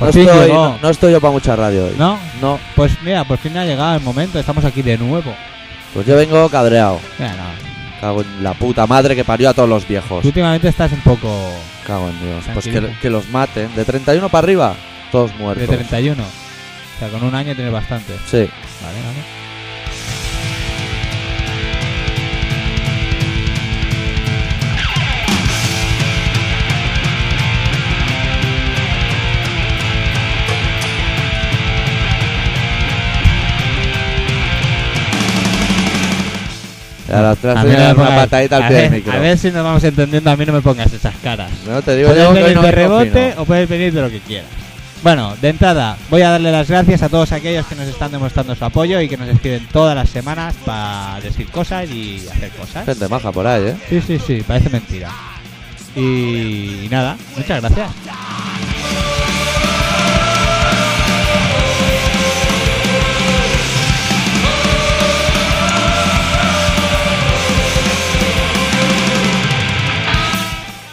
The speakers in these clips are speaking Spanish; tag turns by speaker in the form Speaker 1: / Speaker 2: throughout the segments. Speaker 1: No
Speaker 2: Papillo,
Speaker 1: estoy,
Speaker 2: no.
Speaker 1: no- no estoy yo para mucha radio hoy.
Speaker 2: ¿No?
Speaker 1: No,
Speaker 2: Pues mira, por fin ha llegado el momento, estamos aquí de nuevo.
Speaker 1: pues yo vengo cabreado.
Speaker 2: Mira,
Speaker 1: Pues
Speaker 2: no,
Speaker 1: Cago en la puta madre que parió a todos los viejos.
Speaker 2: tú últimamente estás un poco
Speaker 1: Cago en Dios. Pues que,
Speaker 2: Tranquilízate.
Speaker 1: que los maten. De 31 para arriba, todos
Speaker 2: de
Speaker 1: muertos.
Speaker 2: 31. O sea, con un año tienes bastante.
Speaker 1: Sí.
Speaker 2: Vale, vale.
Speaker 1: Y A las tres
Speaker 2: A mí no me
Speaker 1: una
Speaker 2: pongas-
Speaker 1: patadita
Speaker 2: a
Speaker 1: al pie del
Speaker 2: ver-
Speaker 1: micro.
Speaker 2: A ver si nos vamos entendiendo, a mí no me pongas esas caras.
Speaker 1: No te digo
Speaker 2: Puedes
Speaker 1: yo que hoy
Speaker 2: venir
Speaker 1: no
Speaker 2: de
Speaker 1: me
Speaker 2: rebote
Speaker 1: confino.
Speaker 2: o puedes venir de lo que quieras. Bueno, de entrada, voy a darle las gracias a todos aquellos que nos están demostrando su apoyo y que nos escriben todas las semanas para decir cosas y hacer cosas.
Speaker 1: Gente maja por ahí, ¿eh?
Speaker 2: Sí, sí, sí, parece mentira. Y, y nada, muchas gracias.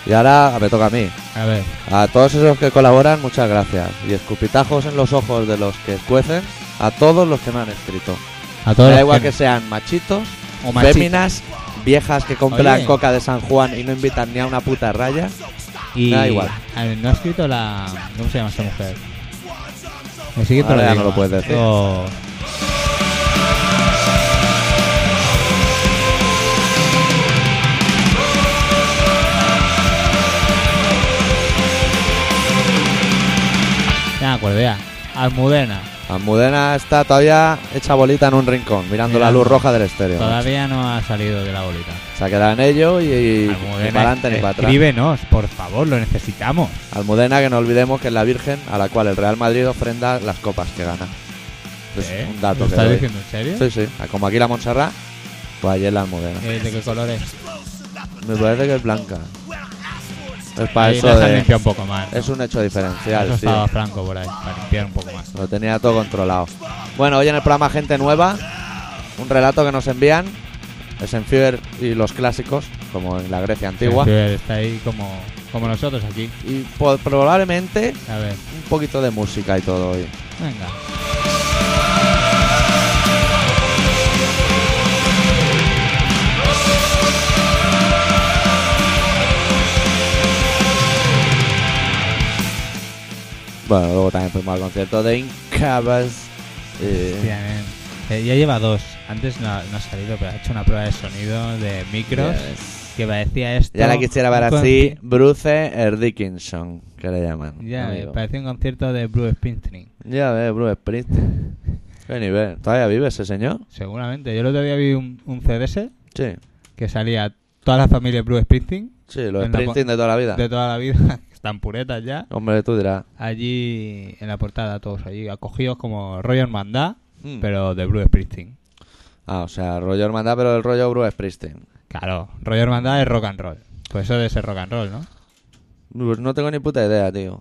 Speaker 1: Y ahora me toca a mí.
Speaker 2: A ver,
Speaker 1: A todos esos que colaboran, muchas gracias. Y escupitajos en los ojos de los que cuecen a todos los que me han escrito.
Speaker 2: a todos.
Speaker 1: Da
Speaker 2: los
Speaker 1: igual que
Speaker 2: que-
Speaker 1: sean machitos,
Speaker 2: o machitos.
Speaker 1: féminas, viejas que compran
Speaker 2: Oye.
Speaker 1: coca de San Juan y no invitan ni a una puta raya.
Speaker 2: Y
Speaker 1: da igual.
Speaker 2: a ver, no ha escrito la. ¿Cómo se llama esta mujer? Me sigue Oh.
Speaker 1: Ahora ya no lo puedes decir. Ya me acuerdo ya. Almudena. Almudena está todavía hecha bolita en un rincón, mirando
Speaker 2: Mira.
Speaker 1: la luz roja del estéreo.
Speaker 2: Todavía no ha salido de la bolita.
Speaker 1: Se ha quedado en ello y, y
Speaker 2: Almudena,
Speaker 1: ni para adelante ni para atrás.
Speaker 2: escríbenos, por favor, lo necesitamos.
Speaker 1: Almudena, que no olvidemos que es la Virgen a la cual el Real Madrid ofrenda las copas que gana. Es
Speaker 2: ¿Eh?
Speaker 1: un
Speaker 2: ¿Lo
Speaker 1: dato que
Speaker 2: estás
Speaker 1: doy.
Speaker 2: diciendo en serio?
Speaker 1: Sí, sí. Como aquí la Montserrat, pues allí es la Almudena.
Speaker 2: Eh, ¿De qué color es?
Speaker 1: Me parece que es blanca. Es para
Speaker 2: Ahí
Speaker 1: eso
Speaker 2: las han
Speaker 1: de-
Speaker 2: limpiado un poco más. ¿no?
Speaker 1: Es un hecho diferencial,
Speaker 2: Eso
Speaker 1: sí.
Speaker 2: estaba Franco por ahí, para limpiar un poco más.
Speaker 1: Lo tenía todo controlado. Bueno, hoy en el programa Gente Nueva, un relato que nos envían. Es en Fever y los clásicos, como en la Grecia antigua.
Speaker 2: Sí, Está ahí como, como nosotros aquí.
Speaker 1: Y po- probablemente
Speaker 2: A ver,
Speaker 1: un poquito de música y todo hoy.
Speaker 2: venga.
Speaker 1: Bueno, luego también fuimos al concierto de Incabas.
Speaker 2: Hostia, nen. Eh, ya lleva dos. Antes no, ha- no ha salido, pero ha hecho una prueba de sonido de micros que parecía esto.
Speaker 1: Ya la quisiera ver
Speaker 2: un
Speaker 1: así,
Speaker 2: conci-
Speaker 1: Bruce er Dickinson, que le llaman.
Speaker 2: Ya, eh,
Speaker 1: amigo.
Speaker 2: parecía un concierto de Bruce Springsteen.
Speaker 1: Ya ves, Bruce Springsteen. Qué nivel. ¿Todavía vive ese señor?
Speaker 2: Seguramente. Yo el otro día vi un, un CDS
Speaker 1: Sí.
Speaker 2: que salía toda la familia de Bruce Springsteen
Speaker 1: Sí, los
Speaker 2: En la
Speaker 1: Springsteen de toda la vida.
Speaker 2: de toda la vida. que Están puretas ya.
Speaker 1: Hombre, tú dirás.
Speaker 2: Allí en la portada, todos allí acogidos como rollo hermandad,
Speaker 1: Mm.
Speaker 2: pero de Bruce Springsteen.
Speaker 1: Ah, o sea, rollo hermandad, pero el rollo Bruce Springsteen.
Speaker 2: Claro, rollo hermandad es rock and roll. Pues eso debe ser rock and roll, ¿no?
Speaker 1: Pues no tengo ni puta idea, tío.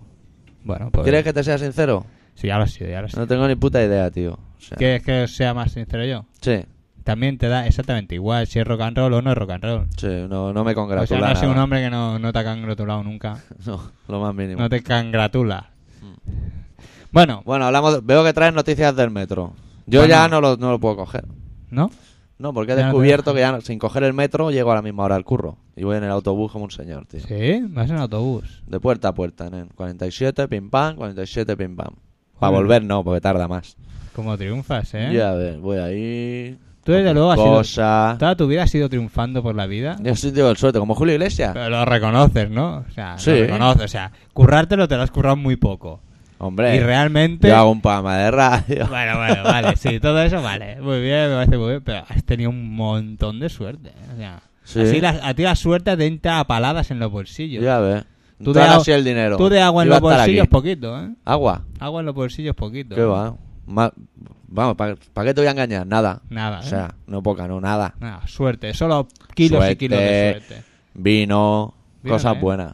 Speaker 2: Bueno, pues.
Speaker 1: ¿Quieres que te sea sincero?
Speaker 2: Sí, ya lo he sido, ya lo he sido.
Speaker 1: No tengo ni puta idea, tío. O sea,
Speaker 2: ¿Quieres que os sea más sincero yo?
Speaker 1: Sí,
Speaker 2: También te da exactamente igual si es rock and roll o no es rock and roll.
Speaker 1: sí, no, no
Speaker 2: O
Speaker 1: me
Speaker 2: sea, no
Speaker 1: congratula.
Speaker 2: has sido un
Speaker 1: nada.
Speaker 2: hombre que no, no te ha congratulado nunca.
Speaker 1: No, lo más mínimo.
Speaker 2: No te congratula.
Speaker 1: Hmm.
Speaker 2: Bueno,
Speaker 1: Bueno, hablamos. de- Veo que traes noticias del metro. Yo
Speaker 2: Bueno.
Speaker 1: ya no lo, no lo puedo coger.
Speaker 2: ¿no?
Speaker 1: No, porque he
Speaker 2: Ya no te
Speaker 1: descubierto
Speaker 2: deja.
Speaker 1: que ya no- sin coger el metro llego a la misma hora al curro. Y voy en el autobús como un señor, tío.
Speaker 2: Sí, vas en autobús.
Speaker 1: De puerta a puerta, nen. 47, pim pam, 47, pim pam. Para
Speaker 2: Joder.
Speaker 1: volver no, porque tarda más.
Speaker 2: Como triunfas, ¿eh?
Speaker 1: Ya, a ver, voy ahí.
Speaker 2: Tú desde luego has sido...
Speaker 1: Cosa.
Speaker 2: Toda tu vida has ido triunfando por la vida.
Speaker 1: Yo soy tío del suerte, como Julio Iglesias.
Speaker 2: Pero lo reconoces, ¿no? O sea,
Speaker 1: Ah. Sí.
Speaker 2: lo reconoces. O sea, currártelo te lo has currado muy poco.
Speaker 1: Hombre,
Speaker 2: Y realmente...
Speaker 1: yo hago un programa de radio.
Speaker 2: Bueno, bueno, vale, sí, todo eso vale. Muy bien, me parece muy bien, pero has tenido un montón de suerte. ¿eh? O sea,
Speaker 1: Sí.
Speaker 2: así la- a ti la suerte te entra a paladas en los bolsillos.
Speaker 1: Ya ves.
Speaker 2: Tú
Speaker 1: Tú
Speaker 2: de
Speaker 1: te
Speaker 2: agua-
Speaker 1: así el dinero.
Speaker 2: Tú de agua en
Speaker 1: Iba
Speaker 2: los
Speaker 1: a estar
Speaker 2: bolsillos
Speaker 1: aquí.
Speaker 2: poquito, ¿eh?
Speaker 1: Agua.
Speaker 2: Agua en los bolsillos poquito. ¿eh?
Speaker 1: ¿Qué va? Ma- Vamos, ¿para qué te voy a engañar? Nada.
Speaker 2: Nada,
Speaker 1: O
Speaker 2: ¿eh?
Speaker 1: sea, no poca, no nada.
Speaker 2: Nada, suerte, solo kilos y
Speaker 1: Suerte.
Speaker 2: kilos de suerte.
Speaker 1: Vino,
Speaker 2: Vino,
Speaker 1: cosas
Speaker 2: ¿eh?
Speaker 1: buenas.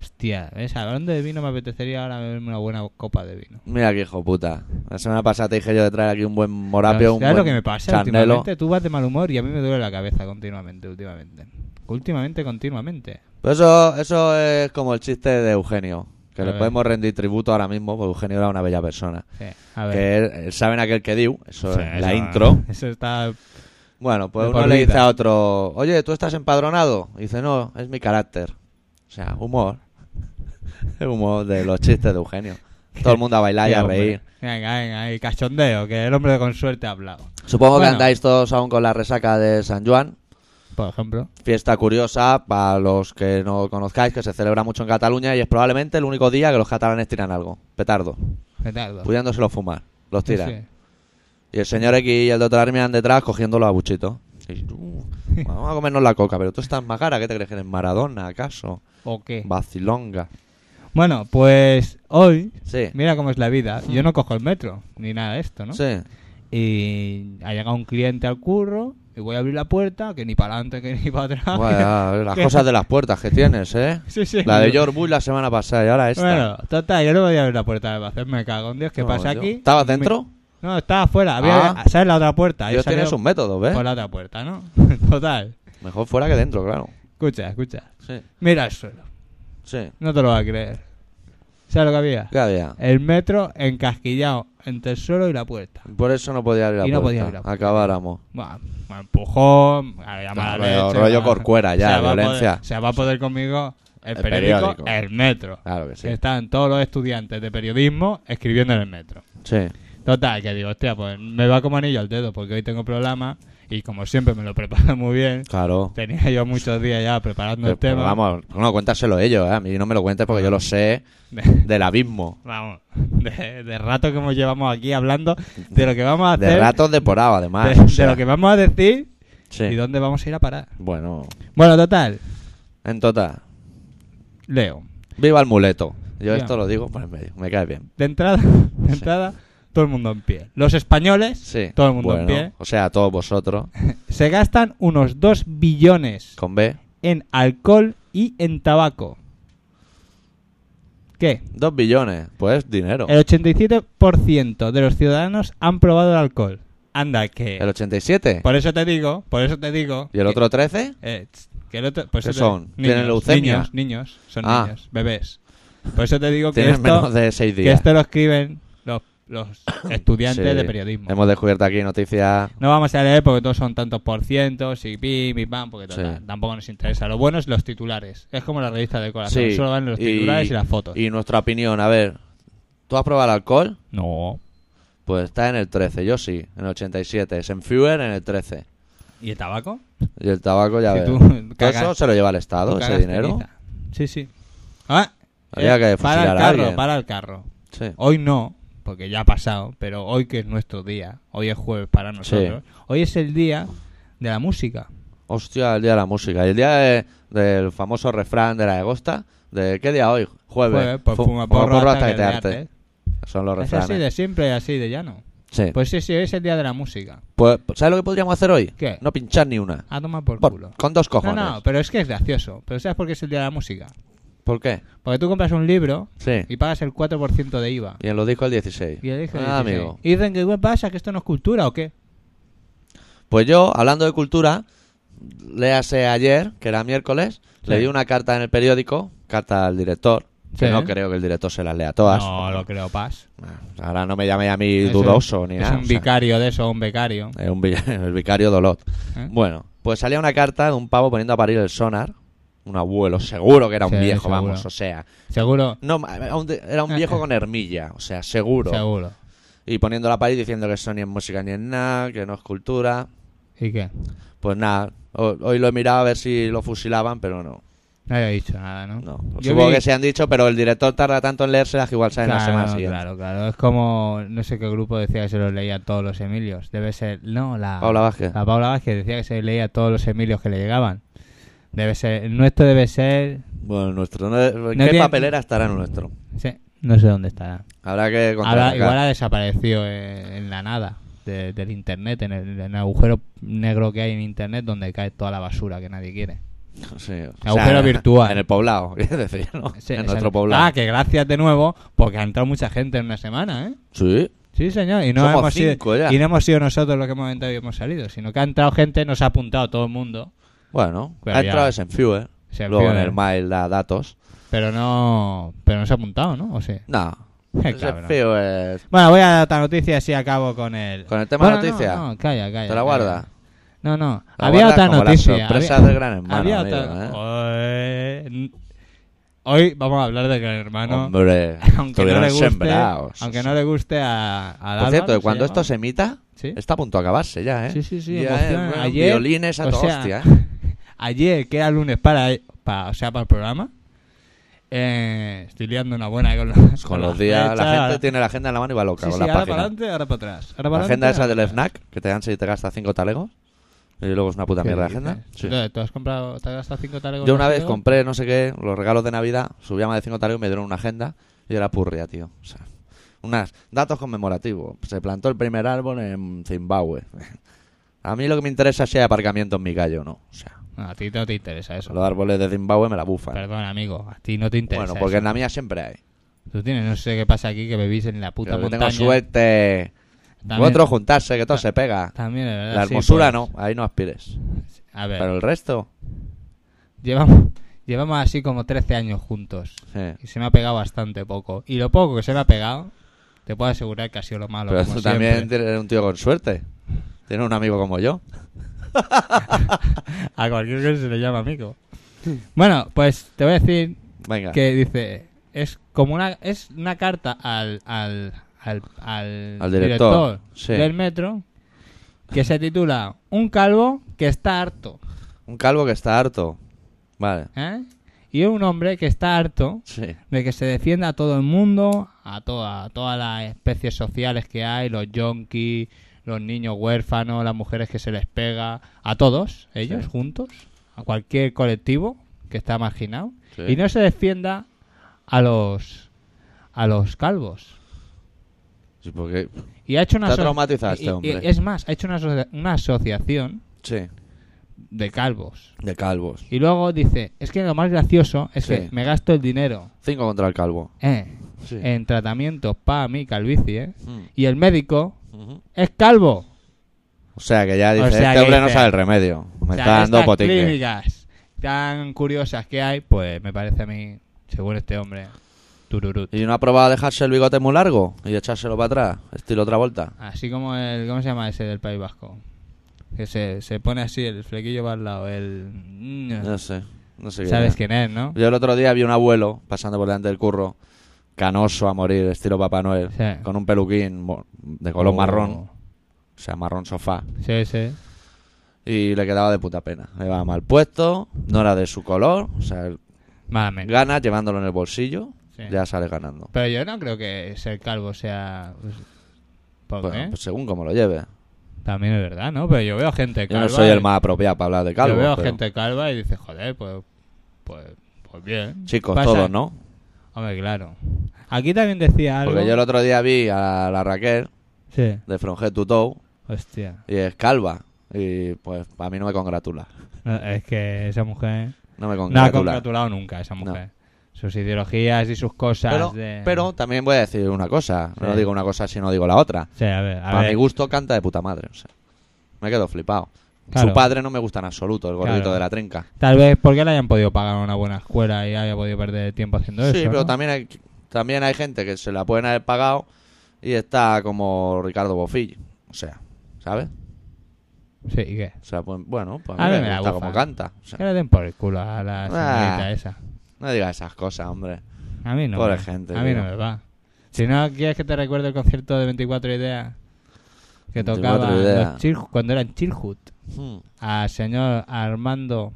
Speaker 2: Hostia, ¿ves? hablando de vino me apetecería ahora beberme una buena copa de vino.
Speaker 1: Mira que hijo puta. La semana pasada te dije yo de traer aquí un buen morapio, un
Speaker 2: ¿Sabes lo
Speaker 1: buen
Speaker 2: que me pasa
Speaker 1: charnelo.
Speaker 2: últimamente? Tú vas de mal humor y a mí me duele la cabeza continuamente,
Speaker 1: Pues
Speaker 2: últimamente. Últimamente, continuamente.
Speaker 1: Pero eso, eso es como el chiste de Eugenio. que
Speaker 2: A
Speaker 1: le
Speaker 2: ver.
Speaker 1: podemos rendir tributo ahora mismo, porque Eugenio era una bella persona.
Speaker 2: Sí, a ver.
Speaker 1: Que él- él saben aquel que dio, eso
Speaker 2: Sí,
Speaker 1: es la
Speaker 2: eso-
Speaker 1: intro.
Speaker 2: Eso está.
Speaker 1: Bueno, pues
Speaker 2: De
Speaker 1: uno
Speaker 2: por
Speaker 1: le
Speaker 2: vida.
Speaker 1: dice a otro, oye, ¿tú estás empadronado? Y dice, no, es mi carácter. O sea, humor. El humor de los chistes de Eugenio. Todo el mundo a bailar y
Speaker 2: Qué
Speaker 1: a
Speaker 2: hombre.
Speaker 1: reír.
Speaker 2: Venga, venga, y cachondeo, que el hombre con suerte ha hablado.
Speaker 1: Supongo que
Speaker 2: Bueno.
Speaker 1: andáis todos aún con la resaca de San Juan.
Speaker 2: Por ejemplo.
Speaker 1: Fiesta curiosa para los que no conozcáis, que se celebra mucho en Cataluña y es probablemente el único día que los catalanes tiran algo. Petardo.
Speaker 2: Petardo.
Speaker 1: Pudiéndoselo fumar. Los
Speaker 2: Sí,
Speaker 1: tiran.
Speaker 2: sí.
Speaker 1: Y el señor X y el doctor Armian detrás cogiéndolo a buchito. Y, "Uh, vamos a comernos la coca, pero tú estás más cara. ¿Qué te crees que eres Maradona, acaso?
Speaker 2: ¿O qué?
Speaker 1: Vacilonga.
Speaker 2: Bueno, pues hoy,
Speaker 1: Sí. Mm.
Speaker 2: mira cómo es la vida. Yo no cojo el metro, ni nada de esto, ¿no?
Speaker 1: Sí.
Speaker 2: Y ha llegado un cliente al curro, y voy a abrir la puerta, que ni para adelante, que ni para atrás.
Speaker 1: Vaya, las
Speaker 2: que-
Speaker 1: cosas de las puertas que tienes, ¿eh?
Speaker 2: Sí, sí.
Speaker 1: La de George Bush la semana pasada y ahora esta.
Speaker 2: Bueno, total, yo no voy a abrir la puerta de Bacet, me cago en Dios, ¿qué
Speaker 1: No,
Speaker 2: pasa
Speaker 1: yo-
Speaker 2: aquí?
Speaker 1: ¿Estabas dentro?
Speaker 2: No, estaba afuera, había,
Speaker 1: Ah.
Speaker 2: ¿sabes la otra puerta? Yo
Speaker 1: Ellos
Speaker 2: salí
Speaker 1: tienen sus métodos, ¿ves?
Speaker 2: Por la otra puerta, ¿no? Total.
Speaker 1: Mejor fuera que dentro, claro.
Speaker 2: Escucha, escucha.
Speaker 1: Sí,
Speaker 2: Mira el suelo.
Speaker 1: sí.
Speaker 2: No te lo vas a creer. ¿Sabes lo que había?
Speaker 1: ¿Qué había?
Speaker 2: El metro encasquillado entre el suelo y la puerta.
Speaker 1: Por eso no podía abrir la
Speaker 2: Y no
Speaker 1: puerta.
Speaker 2: podía abrir la puerta.
Speaker 1: Acabáramos.
Speaker 2: Buah, me empujó, había mala
Speaker 1: No, rollo-
Speaker 2: leche,
Speaker 1: rollo
Speaker 2: mala-
Speaker 1: corcuera ya,
Speaker 2: va a
Speaker 1: violencia.
Speaker 2: poder- se va a poder conmigo el,
Speaker 1: El
Speaker 2: periódico,
Speaker 1: periódico.
Speaker 2: el metro.
Speaker 1: Claro que sí.
Speaker 2: Estaban todos los estudiantes de periodismo escribiendo en el metro.
Speaker 1: Sí.
Speaker 2: Total, que digo, hostia, pues me va como anillo al dedo porque hoy tengo programa y como siempre me lo preparo muy bien.
Speaker 1: Claro.
Speaker 2: Tenía yo muchos días ya preparando
Speaker 1: Pero,
Speaker 2: el tema.
Speaker 1: vamos, no, cuéntaselo ellos, ¿eh? A mí no me lo cuentes porque yo lo sé
Speaker 2: De,
Speaker 1: del abismo.
Speaker 2: vamos, de, de rato que nos llevamos aquí hablando Ah, de lo que vamos a hacer.
Speaker 1: De ratos de porado,
Speaker 2: de-
Speaker 1: además.
Speaker 2: de
Speaker 1: o sea,
Speaker 2: lo que vamos a decir
Speaker 1: sí.
Speaker 2: y dónde vamos a ir a parar.
Speaker 1: Bueno,
Speaker 2: Bueno, total,
Speaker 1: en total,
Speaker 2: Leo.
Speaker 1: viva el muleto. Yo
Speaker 2: Ya.
Speaker 1: esto lo digo por el medio, me cae bien.
Speaker 2: De entrada, de entrada, todo el mundo en pie. Los españoles,
Speaker 1: Sí.
Speaker 2: todo el mundo en
Speaker 1: bueno,
Speaker 2: pie,
Speaker 1: O sea, todos vosotros,
Speaker 2: se gastan unos 2 billones
Speaker 1: con B.
Speaker 2: en alcohol y en tabaco. ¿Qué?
Speaker 1: Dos billones, pues dinero.
Speaker 2: El 87% de los ciudadanos han probado el alcohol. Anda, que...
Speaker 1: El 87.
Speaker 2: Por eso te digo, por eso te digo...
Speaker 1: ¿Y el
Speaker 2: que-
Speaker 1: otro 13?
Speaker 2: eh, tss, que el otro- por
Speaker 1: ¿Qué
Speaker 2: eso te-
Speaker 1: son? ¿Tienen leucemia?
Speaker 2: Niños, niños, son
Speaker 1: Ah.
Speaker 2: niños, bebés. Por eso te digo que
Speaker 1: Tienes
Speaker 2: esto,
Speaker 1: menos de 6
Speaker 2: que
Speaker 1: días.
Speaker 2: esto lo escriben los, los estudiantes
Speaker 1: Sí.
Speaker 2: de periodismo.
Speaker 1: Hemos descubierto aquí noticias.
Speaker 2: No vamos a leer porque todos son tantos por cientos y pim y pam, porque total,
Speaker 1: Sí.
Speaker 2: tampoco nos interesa. Lo bueno es los titulares. Es como la revista de corazón,
Speaker 1: Sí.
Speaker 2: solo van los titulares y, las fotos.
Speaker 1: Y nuestra opinión, a ver. ¿Tú has probado el alcohol?
Speaker 2: No.
Speaker 1: Pues está en el 13, yo sí, en el 87. Senfuer en el 13.
Speaker 2: ¿Y el tabaco?
Speaker 1: Y el tabaco ya
Speaker 2: Si
Speaker 1: ves.
Speaker 2: tú
Speaker 1: Todo
Speaker 2: cagas-
Speaker 1: eso se lo lleva el Estado,
Speaker 2: Tú
Speaker 1: ese
Speaker 2: cagas
Speaker 1: dinero.
Speaker 2: ceniza. Sí, sí. Ah,
Speaker 1: Habría
Speaker 2: eh, para
Speaker 1: que fusilar
Speaker 2: el
Speaker 1: a
Speaker 2: carro,
Speaker 1: alguien.
Speaker 2: para el carro.
Speaker 1: Sí.
Speaker 2: Hoy no, porque ya ha pasado, pero hoy que es nuestro día, hoy es jueves para nosotros. Hoy es el día de la música.
Speaker 1: Hostia, el día de la música. Y el día de- del famoso refrán de la agosta. ¿De qué día hoy? Jueves.
Speaker 2: Jueves, pues
Speaker 1: Fu-
Speaker 2: fuma
Speaker 1: fuma
Speaker 2: porro hasta que te hartes.
Speaker 1: Son los
Speaker 2: Es así
Speaker 1: refranes.
Speaker 2: de siempre, así de llano.
Speaker 1: Sí.
Speaker 2: Pues sí, sí, hoy es el día de la música.
Speaker 1: Pues, ¿sabes lo que podríamos hacer hoy?
Speaker 2: ¿Qué?
Speaker 1: No pinchar ni una.
Speaker 2: A tomar por,
Speaker 1: Por-
Speaker 2: culo.
Speaker 1: con dos cojones.
Speaker 2: No, no, pero es que es gracioso. Pero ¿sabes por qué es el día de la música?
Speaker 1: ¿Por qué?
Speaker 2: Porque tú compras un libro
Speaker 1: Sí.
Speaker 2: y pagas el 4% de IVA.
Speaker 1: Y en los discos el 16.
Speaker 2: Y, le dije,
Speaker 1: Ah,
Speaker 2: 16.
Speaker 1: amigo.
Speaker 2: y dicen que ¿qué pasa? ¿Que esto no es cultura o qué?
Speaker 1: Pues yo, hablando de cultura, léase ayer, que era miércoles,
Speaker 2: Sí.
Speaker 1: le di una carta en el periódico, carta al director, que
Speaker 2: Sí.
Speaker 1: no creo que el director se las lea todas.
Speaker 2: No, lo creo, Paz.
Speaker 1: Ahora no me llame a mí
Speaker 2: Es
Speaker 1: dudoso
Speaker 2: un-
Speaker 1: ni
Speaker 2: es
Speaker 1: nada.
Speaker 2: un
Speaker 1: o sea,
Speaker 2: vicario de eso, un becario.
Speaker 1: es un vi- el vicario Dolot.
Speaker 2: ¿Eh?
Speaker 1: Bueno, pues salía una carta de un pavo poniendo a parir el sonar. Un abuelo, seguro que era un
Speaker 2: Sí,
Speaker 1: viejo,
Speaker 2: seguro.
Speaker 1: vamos, o sea.
Speaker 2: Seguro,
Speaker 1: No, era un, de- era un viejo con hermilla, o sea, seguro.
Speaker 2: seguro.
Speaker 1: Y poniéndola a parir diciendo que eso ni es música ni es nada, que no es cultura.
Speaker 2: ¿Y qué?
Speaker 1: Pues nada, ho- hoy lo he mirado a ver si lo fusilaban, pero no.
Speaker 2: No había dicho nada, ¿no?
Speaker 1: no.
Speaker 2: Yo
Speaker 1: Supongo
Speaker 2: vi-
Speaker 1: que se han dicho, pero el director tarda tanto en leérselas que igual salen la semana
Speaker 2: Claro,
Speaker 1: siguiente.
Speaker 2: claro, claro. Es como, no sé qué grupo decía que se los leía a todos los Emilios. Debe ser, no, la...
Speaker 1: Paula Vázquez.
Speaker 2: La Paula Vázquez decía que se leía a todos los Emilios que le llegaban. Debe ser, el nuestro debe ser,
Speaker 1: Bueno, nuestro. no- ¿Qué
Speaker 2: tiene-
Speaker 1: papelera estará en nuestro?
Speaker 2: sí, no sé dónde estará.
Speaker 1: Habrá que
Speaker 2: Ahora,
Speaker 1: contar.
Speaker 2: igual ha desaparecido eh, en la nada de- del internet, en el, en el agujero negro que hay en internet donde cae toda la basura que nadie quiere. agujero virtual.
Speaker 1: En el poblado, es decir, ¿no?
Speaker 2: Sí,
Speaker 1: en
Speaker 2: exacto.
Speaker 1: nuestro poblado.
Speaker 2: Ah, que gracias de nuevo, porque ha entrado mucha gente en una semana, ¿eh?
Speaker 1: Sí.
Speaker 2: Sí, señor, y no,
Speaker 1: Somos
Speaker 2: hemos
Speaker 1: cinco
Speaker 2: sido,
Speaker 1: ya.
Speaker 2: y no hemos sido nosotros los que hemos entrado y hemos salido, sino que ha entrado gente, nos ha apuntado todo el mundo.
Speaker 1: Bueno,
Speaker 2: Pero
Speaker 1: ha
Speaker 2: ya-
Speaker 1: entrado ese en Fewer.
Speaker 2: Se
Speaker 1: Luego en
Speaker 2: enfían.
Speaker 1: el mail da datos.
Speaker 2: Pero no, pero no se ha apuntado, ¿no? ¿O sí?
Speaker 1: No.
Speaker 2: Qué
Speaker 1: Ese
Speaker 2: cabrón.
Speaker 1: fío es-
Speaker 2: Bueno, voy a dar noticia y acabo con el...
Speaker 1: Con el tema
Speaker 2: Bueno,
Speaker 1: de noticia.
Speaker 2: No, no, calla, calla.
Speaker 1: ¿Te la guarda?
Speaker 2: calla. No, no.
Speaker 1: La
Speaker 2: había
Speaker 1: guarda
Speaker 2: otra
Speaker 1: como
Speaker 2: noticia.
Speaker 1: Las sorpresas
Speaker 2: había-
Speaker 1: del gran hermano.
Speaker 2: había
Speaker 1: amigo,
Speaker 2: otra-
Speaker 1: ¿eh?
Speaker 2: Joder. Hoy vamos a hablar de Gran Hermano.
Speaker 1: Hombre,
Speaker 2: aunque no
Speaker 1: estuvieron
Speaker 2: le guste,
Speaker 1: sembrados.
Speaker 2: aunque no le guste a, a
Speaker 1: Por cierto, que cuando esto
Speaker 2: estos
Speaker 1: se emita,
Speaker 2: ¿Sí?
Speaker 1: está a punto de acabarse ya, ¿eh?
Speaker 2: Sí, sí, sí,
Speaker 1: Ya,
Speaker 2: emociona.
Speaker 1: eh,
Speaker 2: Ayer,
Speaker 1: violines a
Speaker 2: o
Speaker 1: toda
Speaker 2: sea,
Speaker 1: hostia, ¿eh?
Speaker 2: Ayer, que era lunes para, para- o sea, para el programa, eh, estoy liando una buena con los,
Speaker 1: Con
Speaker 2: las
Speaker 1: los días,
Speaker 2: fechas.
Speaker 1: la gente tiene la agenda en la mano y va loca
Speaker 2: Sí,
Speaker 1: con
Speaker 2: sí,
Speaker 1: la
Speaker 2: ahora para
Speaker 1: página.
Speaker 2: adelante, ahora para atrás. Ahora para
Speaker 1: La agenda
Speaker 2: adelante,
Speaker 1: esa del
Speaker 2: ahora para atrás.
Speaker 1: FNAC, que te dan si te gastas cinco talegos. Y luego es una puta
Speaker 2: ¿Qué
Speaker 1: mierda de
Speaker 2: dices?
Speaker 1: agenda. Sí.
Speaker 2: Entonces, ¿Tú has comprado, te has gastado cinco talegos
Speaker 1: Yo
Speaker 2: en
Speaker 1: una vez
Speaker 2: Alfredo?
Speaker 1: compré, no sé qué, los regalos de Navidad, subí a más de cinco talegos y me dieron una agenda y era purria, tío. O sea, unas datos conmemorativos. Se plantó el primer árbol en Zimbabue. A mí lo que me interesa es si hay aparcamiento en mi calle o no. O sea,
Speaker 2: No, a ti no te interesa eso.
Speaker 1: los árboles de Zimbabue me la bufan.
Speaker 2: Perdón, amigo, a ti no te interesa
Speaker 1: bueno, porque
Speaker 2: eso.
Speaker 1: en la mía siempre hay.
Speaker 2: Tú tienes, no sé qué pasa aquí, que bebís en la puta
Speaker 1: Pero que
Speaker 2: montaña.
Speaker 1: tengo suerte.
Speaker 2: También-
Speaker 1: Otro juntarse, que todo
Speaker 2: Ta-
Speaker 1: se pega.
Speaker 2: También, es verdad,
Speaker 1: La
Speaker 2: sí,
Speaker 1: hermosura
Speaker 2: pues,
Speaker 1: no, ahí no aspires.
Speaker 2: A ver,
Speaker 1: Pero el resto,
Speaker 2: llevamos, llevamos así como 13 años juntos.
Speaker 1: sí.
Speaker 2: Y se me ha pegado bastante poco. Y lo poco que se me ha pegado, te puedo asegurar que ha sido lo malo.
Speaker 1: Pero
Speaker 2: como
Speaker 1: tú
Speaker 2: siempre.
Speaker 1: también eres un tío con suerte. Tienes un amigo como yo.
Speaker 2: A cualquier que se le llama amigo. Bueno, pues te voy a decir
Speaker 1: Venga.
Speaker 2: que dice. Es como una, es una carta al, al, al, al
Speaker 1: Al director, sí.
Speaker 2: del metro que se titula Un calvo que está harto.
Speaker 1: Un calvo que está harto. Vale.
Speaker 2: ¿eh? Y un hombre que está harto
Speaker 1: Sí.
Speaker 2: de que se defienda a todo el mundo, a, toda, a todas las especies sociales que hay, los yonkis, los niños huérfanos, las mujeres que se les pega, a todos ellos
Speaker 1: Sí.
Speaker 2: juntos, a cualquier colectivo que está marginado,
Speaker 1: Sí.
Speaker 2: y no se defienda a los a los calvos.
Speaker 1: Sí, porque...
Speaker 2: Y ha hecho una
Speaker 1: Está
Speaker 2: aso-
Speaker 1: traumatizado este
Speaker 2: y- y-
Speaker 1: hombre.
Speaker 2: es más, ha hecho una, asocia- una asociación
Speaker 1: sí.
Speaker 2: de calvos.
Speaker 1: De calvos.
Speaker 2: Y luego dice, es que lo más gracioso es
Speaker 1: Sí.
Speaker 2: que me gasto el dinero
Speaker 1: Cinco contra el calvo.
Speaker 2: eh,
Speaker 1: Sí.
Speaker 2: en tratamientos para mi calvicie
Speaker 1: Mm.
Speaker 2: y el médico
Speaker 1: Ujú.
Speaker 2: es calvo.
Speaker 1: O sea que ya dice,
Speaker 2: O sea
Speaker 1: este
Speaker 2: que
Speaker 1: hombre no
Speaker 2: dice-
Speaker 1: sabe el remedio. Me
Speaker 2: O sea,
Speaker 1: está dando
Speaker 2: estas
Speaker 1: potique.
Speaker 2: clínicas tan curiosas que hay, pues me parece a mí, según este hombre, tururut.
Speaker 1: ¿Y no ha probado dejarse el bigote muy largo y echárselo para atrás? Estilo otra vuelta.
Speaker 2: Así como el, ¿cómo se llama ese del País Vasco? Que se, se pone así el flequillo para el lado, el... mm,
Speaker 1: No sé. No sé qué
Speaker 2: ¿Sabes
Speaker 1: era.
Speaker 2: quién es, no?
Speaker 1: Yo el otro día vi un abuelo pasando por delante del curro, canoso a morir, estilo Papá Noel,
Speaker 2: Sí.
Speaker 1: con un peluquín mo- de color
Speaker 2: Oh.
Speaker 1: marrón, o sea, marrón sofá,
Speaker 2: Sí, sí.
Speaker 1: y le quedaba de puta pena. Le va mal puesto, no era de su color, o sea, él
Speaker 2: Malamente.
Speaker 1: gana llevándolo en el bolsillo,
Speaker 2: Sí.
Speaker 1: ya sale ganando.
Speaker 2: Pero yo no creo que ser calvo sea... pues, ¿Por
Speaker 1: Bueno,
Speaker 2: qué?
Speaker 1: pues según como lo lleve.
Speaker 2: También es verdad, ¿no? Pero yo veo gente
Speaker 1: Yo
Speaker 2: calva...
Speaker 1: no soy
Speaker 2: y-
Speaker 1: el más apropiado para hablar de calvo.
Speaker 2: Yo veo
Speaker 1: pero-
Speaker 2: gente calva y dice, joder, pues, pues, pues bien.
Speaker 1: Chicos,
Speaker 2: Pasa-
Speaker 1: todos, ¿no?
Speaker 2: Hombre, claro. Aquí también decía algo.
Speaker 1: Porque yo el otro día vi a la Raquel
Speaker 2: Sí,
Speaker 1: de From Head to Toe
Speaker 2: hostia.
Speaker 1: y es calva. Y pues a mí no me congratula.
Speaker 2: No, es que esa mujer.
Speaker 1: No me
Speaker 2: No ha
Speaker 1: congratula.
Speaker 2: congratulado nunca esa mujer. Sus ideologías y sus cosas.
Speaker 1: Pero,
Speaker 2: de-
Speaker 1: pero también voy a decir una cosa. No
Speaker 2: Sí.
Speaker 1: digo una cosa si no digo la otra.
Speaker 2: Sí, a ver, a
Speaker 1: A,
Speaker 2: ver.
Speaker 1: mi gusto canta de puta madre. o sea, me quedo flipado.
Speaker 2: Claro.
Speaker 1: Su padre no me gusta en absoluto, el gordito
Speaker 2: Claro.
Speaker 1: de la trenca.
Speaker 2: Tal vez porque le hayan podido pagar una buena escuela y haya podido perder tiempo haciendo eso.
Speaker 1: sí, pero
Speaker 2: ¿no?
Speaker 1: también, hay, también hay gente que se la pueden haber pagado y está como Ricardo Bofill. O sea, ¿sabes?
Speaker 2: Sí, ¿y qué?
Speaker 1: O sea, pues, bueno, pues
Speaker 2: A
Speaker 1: a mí
Speaker 2: ver, me
Speaker 1: me
Speaker 2: la
Speaker 1: gusta
Speaker 2: bufa.
Speaker 1: como canta. O
Speaker 2: Que
Speaker 1: sea,
Speaker 2: le den por el culo a la señorita
Speaker 1: Ah.
Speaker 2: esa.
Speaker 1: no digas esas cosas, hombre.
Speaker 2: A mí no.
Speaker 1: Pobre
Speaker 2: me-
Speaker 1: gente,
Speaker 2: A mí
Speaker 1: tío.
Speaker 2: no me va. Si no quieres que te recuerde el concierto de 24 Ideas que
Speaker 1: 24
Speaker 2: tocaba
Speaker 1: Ideas.
Speaker 2: los Chil- cuando eran Chilhut
Speaker 1: Hmm.
Speaker 2: al señor Armando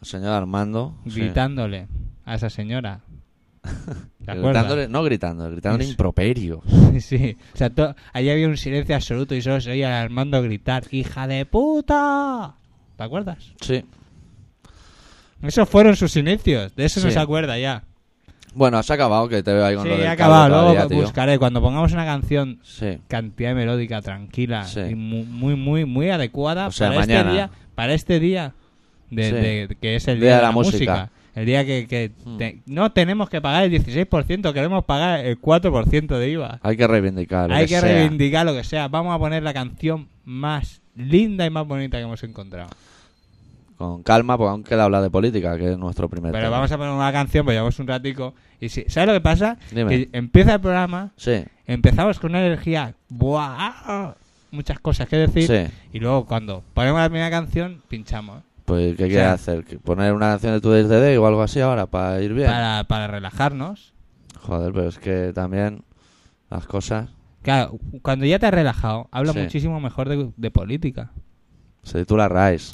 Speaker 1: El señor Armando. sí.
Speaker 2: gritándole a esa señora. ¿Te
Speaker 1: Gritándole,
Speaker 2: acuerdas?
Speaker 1: no gritando, gritándole
Speaker 2: Es-
Speaker 1: improperios.
Speaker 2: Sí, o sea, to- allí había un silencio absoluto y solo se oía a Armando gritar, ¡hija de puta! ¿Te acuerdas?
Speaker 1: Sí.
Speaker 2: Esos fueron sus inicios, de eso no
Speaker 1: Sí.
Speaker 2: se acuerda ya.
Speaker 1: Bueno, se ha acabado, que te veo ahí con
Speaker 2: Sí,
Speaker 1: lo del
Speaker 2: he
Speaker 1: calvo
Speaker 2: acabado, luego
Speaker 1: todavía, tío.
Speaker 2: buscaré, cuando pongamos una canción
Speaker 1: Sí.
Speaker 2: cantidad melódica tranquila
Speaker 1: Sí.
Speaker 2: y mu- muy muy muy adecuada
Speaker 1: O sea,
Speaker 2: para
Speaker 1: mañana.
Speaker 2: este día para este día de,
Speaker 1: Sí.
Speaker 2: de- que es el
Speaker 1: Día
Speaker 2: día,
Speaker 1: de
Speaker 2: de
Speaker 1: la
Speaker 2: la música,
Speaker 1: música.
Speaker 2: el día que, que
Speaker 1: Hmm.
Speaker 2: te- no tenemos que pagar el 16% queremos pagar el 4% de IVA
Speaker 1: Hay que reivindicar. lo
Speaker 2: hay que
Speaker 1: sea.
Speaker 2: reivindicar lo que sea vamos a poner la canción más linda y más bonita que hemos encontrado
Speaker 1: con calma, porque aún queda hablar de política, que es nuestro primer
Speaker 2: Pero
Speaker 1: tema.
Speaker 2: vamos a poner una canción, pues llevamos un ratico. Y sí, ¿Sabes lo que pasa?
Speaker 1: Dime.
Speaker 2: Que empieza el programa,
Speaker 1: Sí,
Speaker 2: empezamos con una energía. ¡Buah! Muchas cosas que decir.
Speaker 1: sí.
Speaker 2: Y luego cuando ponemos la primera canción, pinchamos. ¿eh?
Speaker 1: Pues, ¿qué
Speaker 2: O sea-
Speaker 1: quieres hacer? ¿Que ¿Poner una canción de tu DD o algo así ahora para ir bien?
Speaker 2: Para, para relajarnos.
Speaker 1: Joder, pero es que también las cosas...
Speaker 2: Claro, cuando ya te has relajado, habla
Speaker 1: Sí.
Speaker 2: muchísimo mejor de, de política.
Speaker 1: Se titula Rise.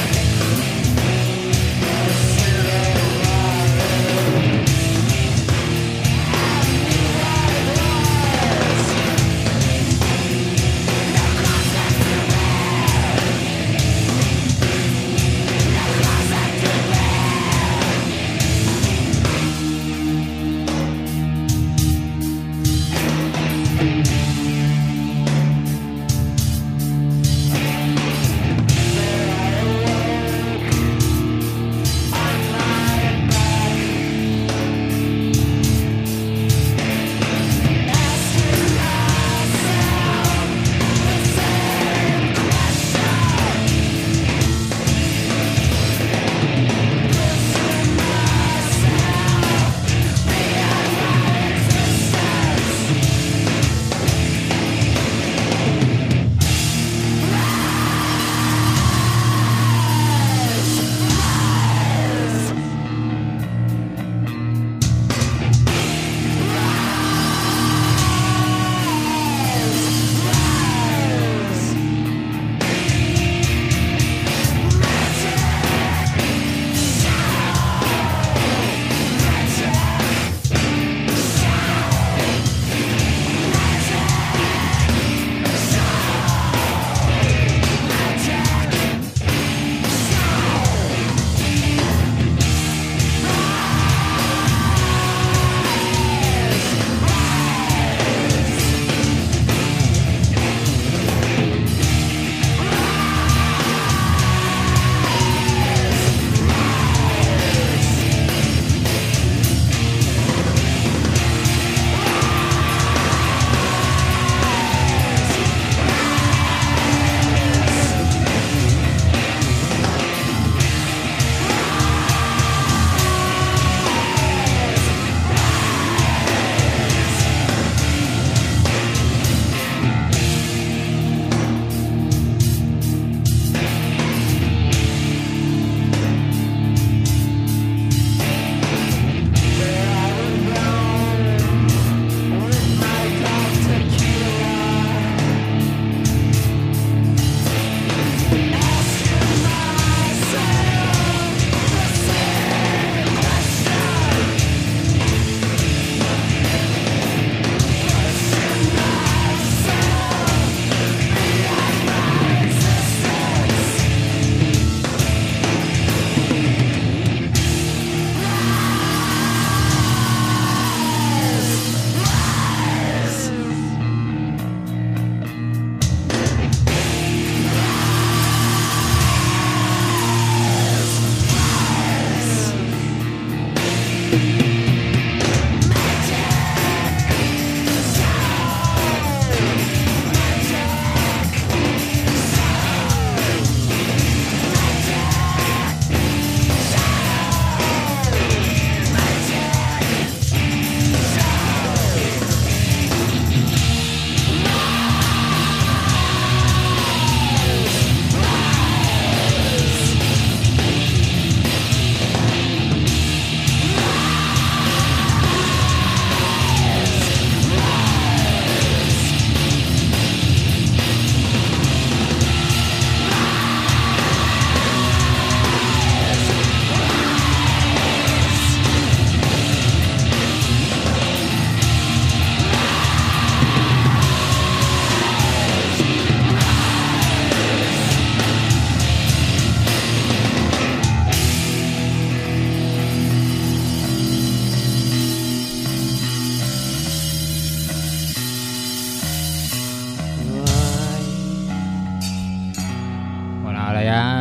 Speaker 3: I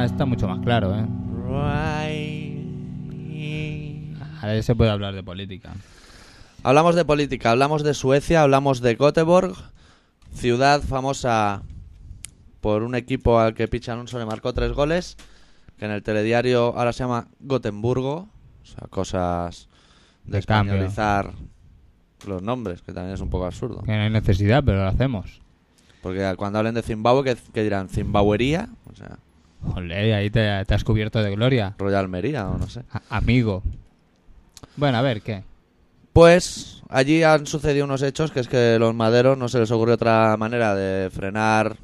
Speaker 2: está mucho más claro, ¿eh? Ahora ya se puede hablar de política.
Speaker 1: Hablamos de política, hablamos de Suecia, hablamos de Göteborg, ciudad famosa por un equipo al que Pich Alonso le marcó tres goles, que en el telediario ahora se llama Gotemburgo, o sea, cosas de,
Speaker 2: De cambio.
Speaker 1: españolizar los nombres, que también es un poco absurdo.
Speaker 2: Que no hay necesidad, pero lo hacemos.
Speaker 1: Porque cuando hablen de Zimbabue, que, dirán? ¿Zimbabwería? O sea,
Speaker 2: Ole, ahí te, te has cubierto de gloria,
Speaker 1: Royal Almería o no sé.
Speaker 2: a- amigo. Bueno, a ver, ¿qué?
Speaker 1: Pues allí han sucedido unos hechos que es que los maderos no se les ocurrió otra manera de frenar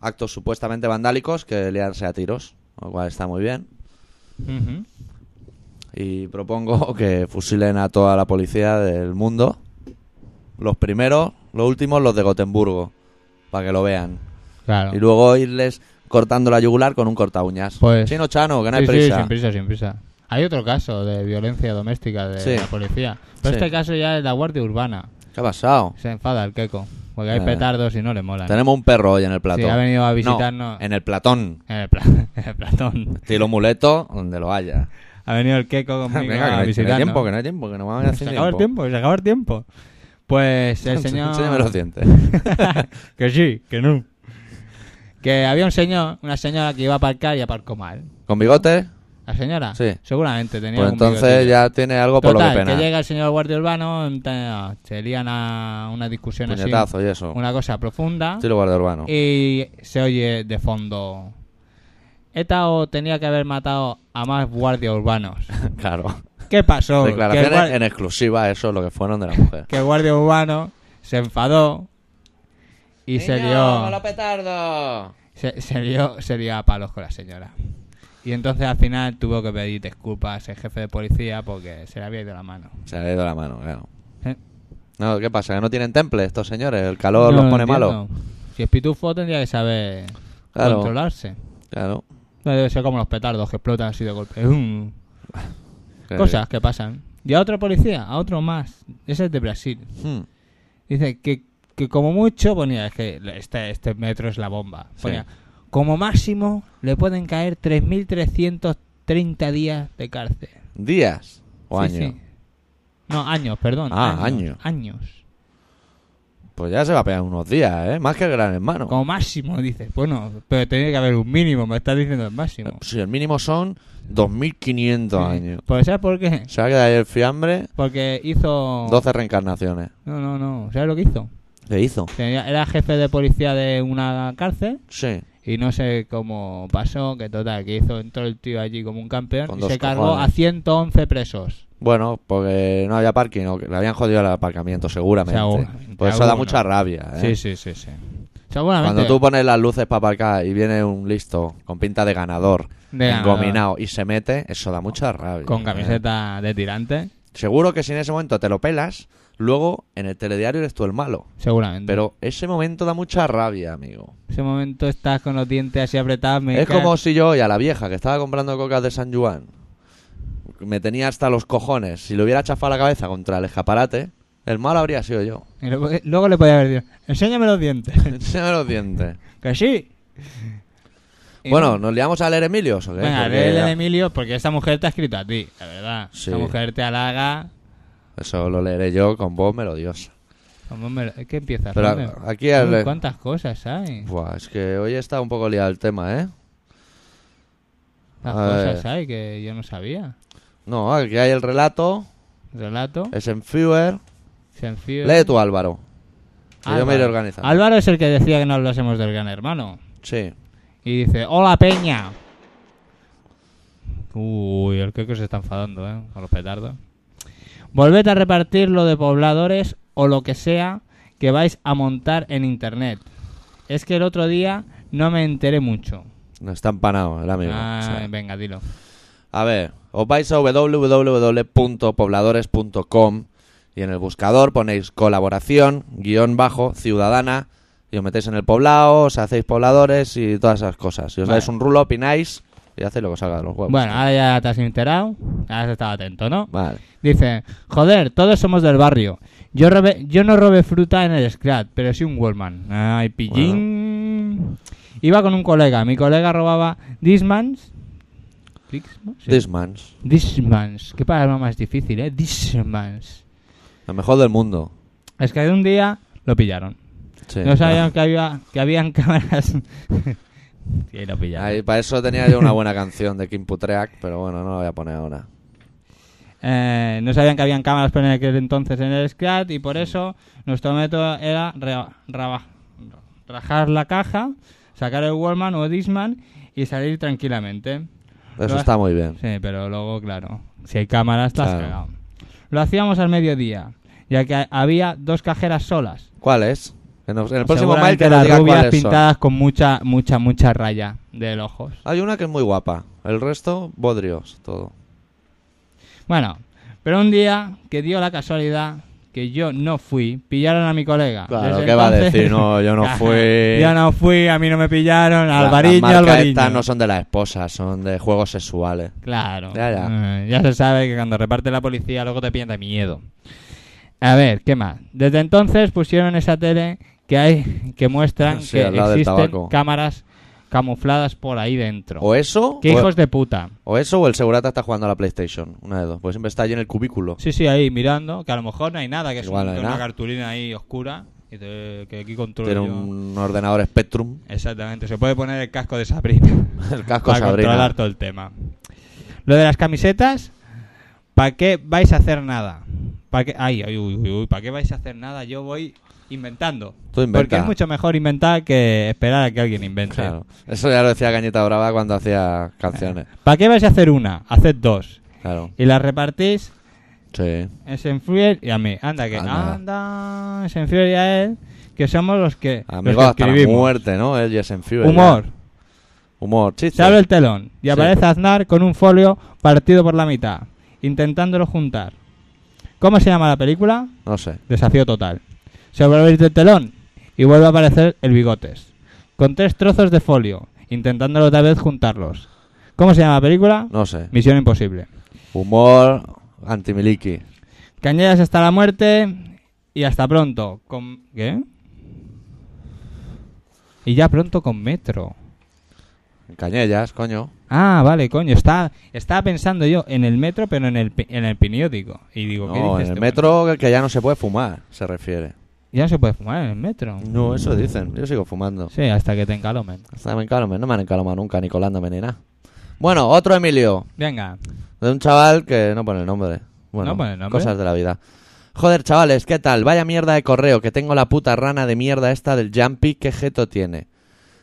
Speaker 1: actos supuestamente vandálicos que liarse a tiros, lo cual está muy bien.
Speaker 2: Ujú.
Speaker 1: Y propongo que fusilen a toda la policía del mundo. Los primeros, los últimos, los de Gotemburgo, para que lo vean.
Speaker 2: Claro.
Speaker 1: Y luego irles cortando la yugular con un corta uñas.
Speaker 2: Pues-
Speaker 1: Chino Chano, que no hay
Speaker 2: Sí, sí,
Speaker 1: prisa.
Speaker 2: sin prisa, sin prisa. Hay otro caso de violencia doméstica de
Speaker 1: Sí.
Speaker 2: la policía. Pero
Speaker 1: Sí.
Speaker 2: este caso ya es la Guardia Urbana.
Speaker 1: ¿Qué ha pasado?
Speaker 2: Se enfada el queco. Porque hay
Speaker 1: Eh.
Speaker 2: petardos y no le molan.
Speaker 1: Tenemos un perro hoy en el platón.
Speaker 2: Sí, ha venido a
Speaker 1: No,
Speaker 2: visitarnos.
Speaker 1: en el platón.
Speaker 2: En el, pla- en el platón.
Speaker 1: Estilo muleto, donde lo haya.
Speaker 2: Ha venido el queco conmigo
Speaker 1: Venga, que no
Speaker 2: a
Speaker 1: hay- que no hay
Speaker 2: visitarnos.
Speaker 1: tiempo, que no hay tiempo, que no vamos a hacer
Speaker 2: se acaba el tiempo, se acaba el tiempo. Pues el señor...
Speaker 1: Enséñame los dientes.
Speaker 2: que sí, que no. Que había un señor, una señora que iba a aparcar y aparcó mal.
Speaker 1: ¿Con bigote?
Speaker 2: ¿La señora?
Speaker 1: Sí.
Speaker 2: Seguramente tenía
Speaker 1: Pues
Speaker 2: algún
Speaker 1: entonces
Speaker 2: bigotillo.
Speaker 1: ya tiene algo por
Speaker 2: Total,
Speaker 1: lo que
Speaker 2: que,
Speaker 1: pena.
Speaker 2: llega el señor guardia urbano, enta- se lían a una discusión
Speaker 1: Puñetazo y eso.
Speaker 2: así, una cosa profunda,
Speaker 1: Estilo guardia urbano.
Speaker 2: y se oye de fondo... ETA o tenía que haber matado a más guardias urbanos.
Speaker 1: Claro.
Speaker 2: ¿Qué pasó? Que el
Speaker 1: Declaraciones
Speaker 2: guar-
Speaker 1: en exclusiva, eso es lo que fueron de la mujer.
Speaker 2: que el guardia urbano se enfadó y se lió...
Speaker 1: petardo!
Speaker 2: Se, se lió, se lió a palos con la señora. Y entonces al final tuvo que pedir disculpas el jefe de policía porque se le había ido la mano.
Speaker 1: Se le ha ido la mano, claro.
Speaker 2: ¿Eh?
Speaker 1: No, ¿qué pasa? ¿Que no tienen temple estos señores? ¿El calor los
Speaker 2: No
Speaker 1: pone
Speaker 2: lo
Speaker 1: malos?
Speaker 2: entiendo. Si es pitufo tendría que saber
Speaker 1: Claro.
Speaker 2: controlarse.
Speaker 1: Claro.
Speaker 2: No debe ser como los petardos que explotan así de golpe. ¡Um!
Speaker 1: Que-
Speaker 2: Cosas que pasan. Y a otro policía, a otro más. Ese es de Brasil.
Speaker 1: Hmm.
Speaker 2: Dice que, que como mucho ponía, es que este, este metro es la bomba.
Speaker 1: Sí.
Speaker 2: Ponía, como máximo le pueden caer 3.330 días de cárcel.
Speaker 1: ¿Días o
Speaker 2: Sí,
Speaker 1: años?
Speaker 2: sí. No, años, perdón.
Speaker 1: Ah,
Speaker 2: años. Años.
Speaker 1: Pues ya se va a pegar unos días, ¿eh? Más que el gran hermano.
Speaker 2: Como máximo, dice. Bueno, pero tiene que haber un mínimo, me estás diciendo el máximo.
Speaker 1: Si el mínimo son 2.500
Speaker 2: Sí.
Speaker 1: años.
Speaker 2: Pues ¿sabes por qué?
Speaker 1: Se va a quedar ahí el fiambre.
Speaker 2: Porque hizo...
Speaker 1: 12 reencarnaciones.
Speaker 2: No, no, no. ¿Sabes lo que hizo?
Speaker 1: ¿Qué hizo?
Speaker 2: Tenía- Era jefe de policía de una cárcel
Speaker 1: Sí.
Speaker 2: y no sé cómo pasó, que total, que hizo, entró el tío allí como un campeón
Speaker 1: Con
Speaker 2: y
Speaker 1: dos
Speaker 2: se cargó a
Speaker 1: cojones.
Speaker 2: 111 presos.
Speaker 1: Bueno, porque no había parking, o que le habían jodido el aparcamiento, seguramente.
Speaker 2: Seguramente,
Speaker 1: Pues eso da
Speaker 2: alguno.
Speaker 1: mucha rabia. ¿eh?
Speaker 2: Sí, sí, sí, sí. Seguramente
Speaker 1: Cuando tú pones las luces para aparcar y viene un listo con pinta de ganador,
Speaker 2: De ganador.
Speaker 1: engominado, y se mete, eso da mucha rabia.
Speaker 2: con
Speaker 1: ¿eh?
Speaker 2: camiseta de tirante,
Speaker 1: Seguro que si en ese momento te lo pelas, luego en el telediario eres tú el malo.
Speaker 2: seguramente.
Speaker 1: Pero ese momento da mucha rabia, amigo.
Speaker 2: ese momento estás con los dientes así apretados. me "Ah",
Speaker 1: es
Speaker 2: cae-
Speaker 1: como si yo hoy a la vieja que estaba comprando cocas de San Juan me tenía hasta los cojones. Si le hubiera chafado la cabeza contra el escaparate, el malo habría sido yo.
Speaker 2: Y luego, eh, luego le podía haber dicho, enséñame los dientes.
Speaker 1: Enséñame los dientes.
Speaker 2: que sí. Y
Speaker 1: Bueno, ¿nos liamos a leer Emilios o qué?
Speaker 2: Venga,
Speaker 1: Porque
Speaker 2: léele
Speaker 1: ya-
Speaker 2: de Emilio porque esta mujer te ha escrito a ti, la verdad.
Speaker 1: Sí.
Speaker 2: Esta mujer te halaga.
Speaker 1: Eso lo leeré yo con voz melodiosa.
Speaker 2: Como me lo- ¿Qué empiezas?
Speaker 1: Pero
Speaker 2: Rubén?
Speaker 1: a- aquí al-
Speaker 2: Uy, ¿Cuántas cosas hay?
Speaker 1: Buah, es que hoy está un poco liado el tema, ¿eh?
Speaker 2: Las
Speaker 1: a ver.
Speaker 2: cosas hay que yo no sabía.
Speaker 1: No, aquí hay el relato,
Speaker 2: Relato.
Speaker 1: es en Fewer.
Speaker 2: Sencillo.
Speaker 1: Eh, Lee tú, Álvaro. Que yo me iré
Speaker 2: Álvaro.
Speaker 1: organizando.
Speaker 2: Álvaro es el que decía que no hablásemos del gran hermano.
Speaker 1: Sí.
Speaker 2: Y dice, hola Peña. Uy, el que se está enfadando, ¿eh? Con los petardos. Volved a repartir lo de pobladores o lo que sea que vais a montar en internet. Es que el otro día no me enteré mucho.
Speaker 1: No está empanado el amigo.
Speaker 2: Ah,
Speaker 1: Sí.
Speaker 2: venga, dilo.
Speaker 1: A ver, os vais a www.pobladores.com y en el buscador ponéis colaboración, guión bajo, ciudadana, y os metéis en el poblado, os hacéis pobladores y todas esas cosas. Y os
Speaker 2: Vale.
Speaker 1: dais un rulo, opináis y hacéis lo que os salga de los huevos.
Speaker 2: Bueno, ahora ya te has enterado. Ahora has estado atento, ¿no?
Speaker 1: Vale.
Speaker 2: Dice, joder, todos somos del barrio. Yo, robé- yo no robé fruta en el Scrat, pero sí un Wallman. Ay, pillín. Iba con un colega. Mi colega robaba Dismans Dixman, sí.
Speaker 1: Dismans.
Speaker 2: Dixmans. Qué palabra más difícil, ¿eh? Dixmans.
Speaker 1: Lo mejor del mundo.
Speaker 2: Es que un día lo pillaron.
Speaker 1: Sí.
Speaker 2: no sabían que, había, que habían cámaras. y lo pillaron.
Speaker 1: Ahí, para eso tenía yo una buena canción de Kim Putreak, pero bueno, no la voy a poner ahora.
Speaker 2: Eh, no sabían que habían cámaras en aquel entonces en el SCAT y por eso nuestro método era re- raba- rajar la caja, sacar el Wallman o Disman y salir tranquilamente.
Speaker 1: Eso
Speaker 2: Lo-
Speaker 1: está muy bien.
Speaker 2: Sí, pero luego, claro, si hay cámaras, te has
Speaker 1: Claro.
Speaker 2: cagado. Lo hacíamos al mediodía, ya que había dos cajeras solas.
Speaker 1: ¿Cuál es? En el en el próximo mail
Speaker 2: Seguramente
Speaker 1: que nos
Speaker 2: las
Speaker 1: diga
Speaker 2: rubias
Speaker 1: cuáles son.
Speaker 2: pintadas con mucha, mucha, mucha raya de ojos.
Speaker 1: Hay una que es muy guapa. El resto, bodrios, todo.
Speaker 2: Bueno, pero un día que dio la casualidad que yo no fui, pillaron a mi colega.
Speaker 1: Claro,
Speaker 2: Ah, Desde
Speaker 1: ¿qué va a
Speaker 2: entonces-
Speaker 1: decir? No, yo no fui.
Speaker 2: yo no fui, a mí no me pillaron.
Speaker 1: La-
Speaker 2: Alvariño,
Speaker 1: las marcas
Speaker 2: Alvariño.
Speaker 1: estas no son de la esposa, son de juegos sexuales.
Speaker 2: Claro.
Speaker 1: Ya, ya.
Speaker 2: Eh, ya se sabe que cuando reparte la policía luego te pierde miedo. A ver, ¿qué más? Desde entonces pusieron esa tele que hay que muestran
Speaker 1: Sí,
Speaker 2: que
Speaker 1: al lado del
Speaker 2: existen
Speaker 1: tabaco.
Speaker 2: cámaras camufladas por ahí dentro.
Speaker 1: O eso,
Speaker 2: ¿Qué
Speaker 1: o,
Speaker 2: hijos de puta?
Speaker 1: o eso, o el segurata está jugando a la PlayStation. Una de dos. Pues siempre está allí en el cubículo.
Speaker 2: Sí, sí, ahí mirando, que a lo mejor no hay nada, que es
Speaker 1: Igual
Speaker 2: un-
Speaker 1: no hay
Speaker 2: una
Speaker 1: nada.
Speaker 2: cartulina ahí oscura, y te- que aquí controlo
Speaker 1: Tiene
Speaker 2: yo.
Speaker 1: un ordenador Spectrum.
Speaker 2: Exactamente, se puede poner el casco de Sabrina.
Speaker 1: El casco
Speaker 2: para
Speaker 1: Sabrina.
Speaker 2: controlar todo el tema. Lo de las camisetas, ¿para qué vais a hacer nada? ¿Para qué, ay, ay, uy, uy, uy, ¿para qué vais a hacer nada? Yo voy inventando.
Speaker 1: Tú inventa.
Speaker 2: Porque es mucho mejor inventar que esperar a que alguien invente. Eh,
Speaker 1: Claro. Eso ya lo decía Cañita Brava cuando hacía canciones.
Speaker 2: ¿Para qué vais a hacer una? Haced dos.
Speaker 1: Claro.
Speaker 2: Y las repartís
Speaker 1: Sí.
Speaker 2: en Senfrier y a mí. Anda, que
Speaker 1: Anda.
Speaker 2: anda, Senfrier y a él, que somos los que, los
Speaker 1: Amigos
Speaker 2: que
Speaker 1: hasta la
Speaker 2: escribimos.
Speaker 1: muerte, ¿no? El Yes and Fever,
Speaker 2: Humor.
Speaker 1: ya. Humor, chiste.
Speaker 2: Se abre el telón y
Speaker 1: Sí.
Speaker 2: aparece Aznar con un folio partido por la mitad, intentándolo juntar. ¿Cómo se llama la película?
Speaker 1: No sé.
Speaker 2: Desafío total. Se vuelve a abrir el telón y vuelve a aparecer el bigotes, con tres trozos de folio, intentándolo otra vez juntarlos. ¿Cómo se llama la película?
Speaker 1: No sé.
Speaker 2: Misión imposible.
Speaker 1: Humor antimiliki.
Speaker 2: Cañedas hasta la muerte y hasta pronto. Con... ¿Qué? Y ya pronto con Metro.
Speaker 1: Cañellas, coño.
Speaker 2: Ah, vale, coño. Está, estaba pensando yo en el metro, pero en el, pi- en el periódico. Y digo, ¿qué
Speaker 1: No,
Speaker 2: dices
Speaker 1: en el
Speaker 2: tú?
Speaker 1: metro que ya no se puede fumar, se refiere.
Speaker 2: Ya no se puede fumar en el metro.
Speaker 1: No, eso dicen. Yo sigo fumando.
Speaker 2: Sí, hasta que te encalomen.
Speaker 1: Hasta me encaloman. No me han encalomado nunca, ni colándome ni nada. Bueno, otro Emilio.
Speaker 2: Venga.
Speaker 1: De un chaval que no pone el nombre. Bueno,
Speaker 2: No pone el nombre.
Speaker 1: cosas de la vida. Joder, chavales, ¿qué tal? Vaya mierda de correo que tengo la puta rana de mierda esta del Jumpy que jeto tiene.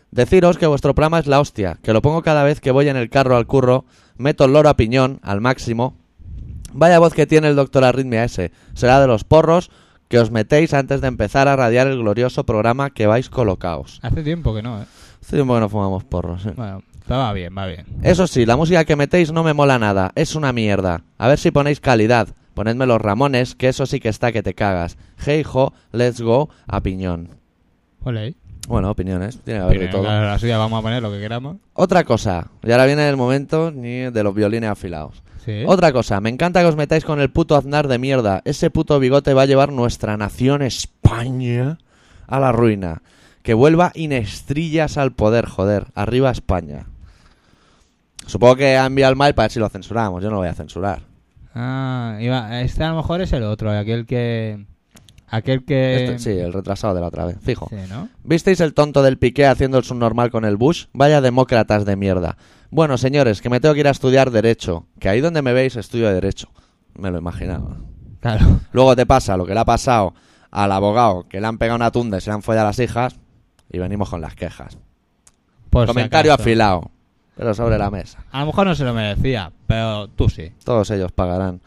Speaker 1: Deciros que vuestro programa es la hostia, que lo pongo cada vez que voy en el carro al curro, meto el loro a piñón, al máximo. Vaya voz que tiene el doctor Arritmia ese, será de los porros que os metéis antes de empezar a radiar el glorioso programa que vais colocaos.
Speaker 2: Hace tiempo que no, ¿eh?
Speaker 1: Hace tiempo que no fumamos porros. ¿eh?
Speaker 2: Bueno, va bien, va bien.
Speaker 1: Eso sí, la música que metéis no me mola nada, es una mierda. A ver si ponéis calidad. Ponedme los Ramones, que eso sí que está que te cagas. Hey ho, let's go, a piñón.
Speaker 2: Ole. ahí.
Speaker 1: Bueno, opiniones, tiene que haber de
Speaker 2: Tiene
Speaker 1: todo.
Speaker 2: La, la suya vamos a poner lo que queramos.
Speaker 1: Otra cosa, y ahora viene el momento ni de los violines afilados.
Speaker 2: Sí.
Speaker 1: Otra cosa, me encanta que os metáis con el puto Aznar de mierda. Ese puto bigote va a llevar nuestra nación España a la ruina. Que vuelva inestrillas al poder, joder. Arriba España. Supongo que ha enviado el mail para ver si lo censuramos. Yo no lo voy a censurar.
Speaker 2: Ah, iba- este a lo mejor es el otro, aquel que... Aquel que...
Speaker 1: Este- sí, el retrasado de la otra vez, fijo.
Speaker 2: Eh, Sí, ¿no?
Speaker 1: ¿Visteis el tonto del Piqué haciendo el subnormal con el Bush? Vaya demócratas de mierda. Bueno, señores, que me tengo que ir a estudiar Derecho. Que ahí donde me veis estudio Derecho. Me lo imaginaba.
Speaker 2: Claro.
Speaker 1: Luego te pasa lo que le ha pasado al abogado, que le han pegado una tunda y se le han follado las hijas, y venimos con las quejas.
Speaker 2: Por si
Speaker 1: Comentario
Speaker 2: acaso.
Speaker 1: afilado, pero sobre la mesa.
Speaker 2: A lo mejor no se lo merecía, pero tú sí.
Speaker 1: Todos ellos pagarán.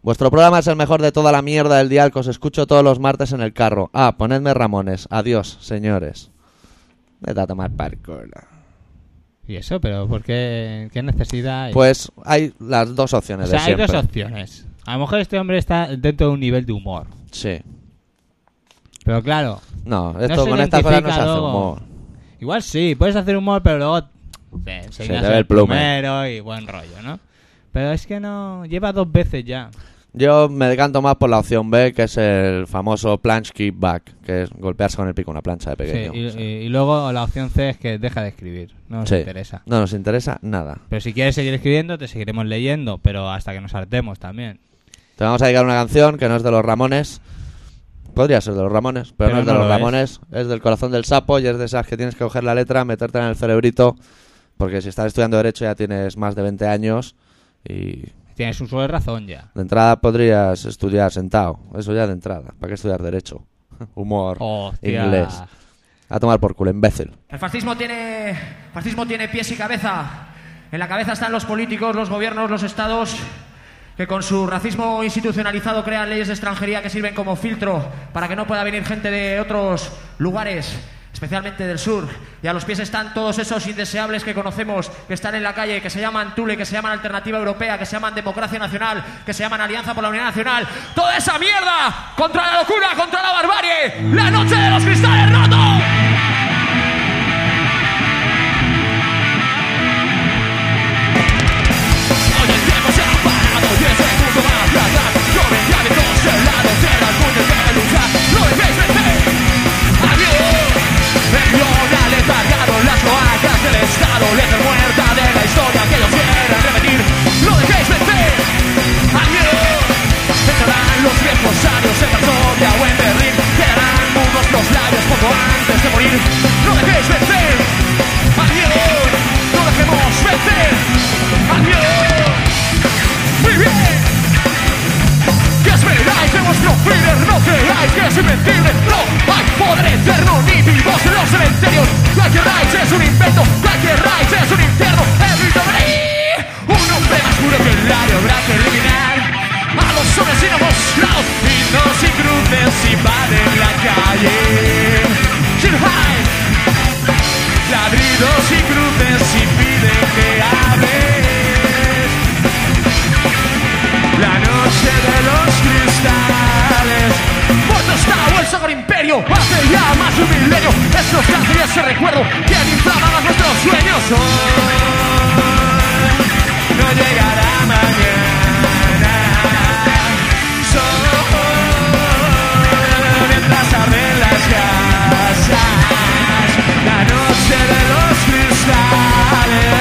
Speaker 1: Vuestro programa es el mejor de toda la mierda del dial que os escucho todos los martes en el carro. Ah, ponedme Ramones. Adiós, señores. Vete a tomar par culo.
Speaker 2: Y eso, pero ¿por qué? ¿Qué necesidad hay?
Speaker 1: Pues hay las dos opciones
Speaker 2: O sea,
Speaker 1: de
Speaker 2: hay
Speaker 1: siempre.
Speaker 2: dos opciones. A lo mejor este hombre está dentro de un nivel de humor.
Speaker 1: Sí.
Speaker 2: Pero claro,
Speaker 1: No,
Speaker 2: No
Speaker 1: esto
Speaker 2: se
Speaker 1: con esta zona
Speaker 2: identifica
Speaker 1: no se hace
Speaker 2: luego.
Speaker 1: humor.
Speaker 2: igual sí, puedes hacer humor, pero luego te enseñas
Speaker 1: te ve el plume.
Speaker 2: plumero y buen rollo, ¿no? Pero es que no. Lleva dos veces ya.
Speaker 1: Yo me decanto más por la opción B, que es el famoso planche kickback, que es golpearse con el pico una plancha de
Speaker 2: Sí,
Speaker 1: pequeño.
Speaker 2: y,
Speaker 1: O sea,
Speaker 2: y- y luego la opción C es que deja de escribir. No nos
Speaker 1: Sí.
Speaker 2: interesa.
Speaker 1: No nos interesa nada.
Speaker 2: Pero si quieres seguir escribiendo, te seguiremos leyendo, pero hasta que nos hartemos también.
Speaker 1: Te vamos a dedicar una canción que no es de los Ramones. Podría ser de los Ramones, pero,
Speaker 2: Pero
Speaker 1: no es de
Speaker 2: no
Speaker 1: los
Speaker 2: lo es.
Speaker 1: Ramones. Es. del corazón del sapo y es de esas que tienes que coger la letra, metértela en el cerebrito, porque si estás estudiando Derecho ya tienes más de 20 años y
Speaker 2: Tienes uso de razón ya.
Speaker 1: de entrada podrías estudiar sentado. Eso ya de entrada. ¿Para qué estudiar Derecho? Humor.
Speaker 2: Hostia.
Speaker 1: Inglés. A tomar por culo, imbécil.
Speaker 3: El fascismo tiene, fascismo tiene pies y cabeza. En la cabeza están los políticos, los gobiernos, los estados, que con su racismo institucionalizado crean leyes de extranjería que sirven como filtro para que no pueda venir gente de otros lugares, especialmente del sur. Y a los pies están todos esos indeseables que conocemos, que están en la calle, que se llaman Tule, que se llaman Alternativa Europea, que se llaman Democracia Nacional, que se llaman Alianza por la Unidad Nacional. ¡Toda esa mierda! ¡Contra la locura, contra la barbarie! ¡La noche de los cristales rotos!
Speaker 4: Que esperáis de vuestro thriller? No creáis que es invencible No hay poder eterno ni vivos en los cementerios Cualquier raíz es un invento Cualquier raíz es un infierno Everybody Un hombre más puro que el aire habrá que eliminar A los hombres inamostrados Y no se crucen si van en la calle Sin high Ladridos y cruces si piden que hables la noche de los cristales Muerto está el Sagro Imperio Hace ya más de un milenio Estos cáncer y ese recuerdo Que inflamaban nuestros sueños Hoy No llegará mañana Sol Mientras abren las casas La noche de los cristales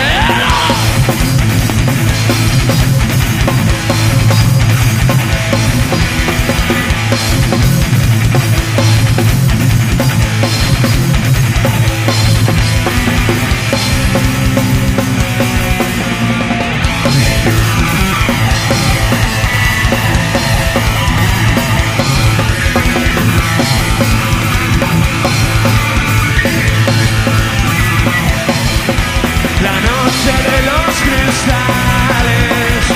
Speaker 4: La noche de los cristales,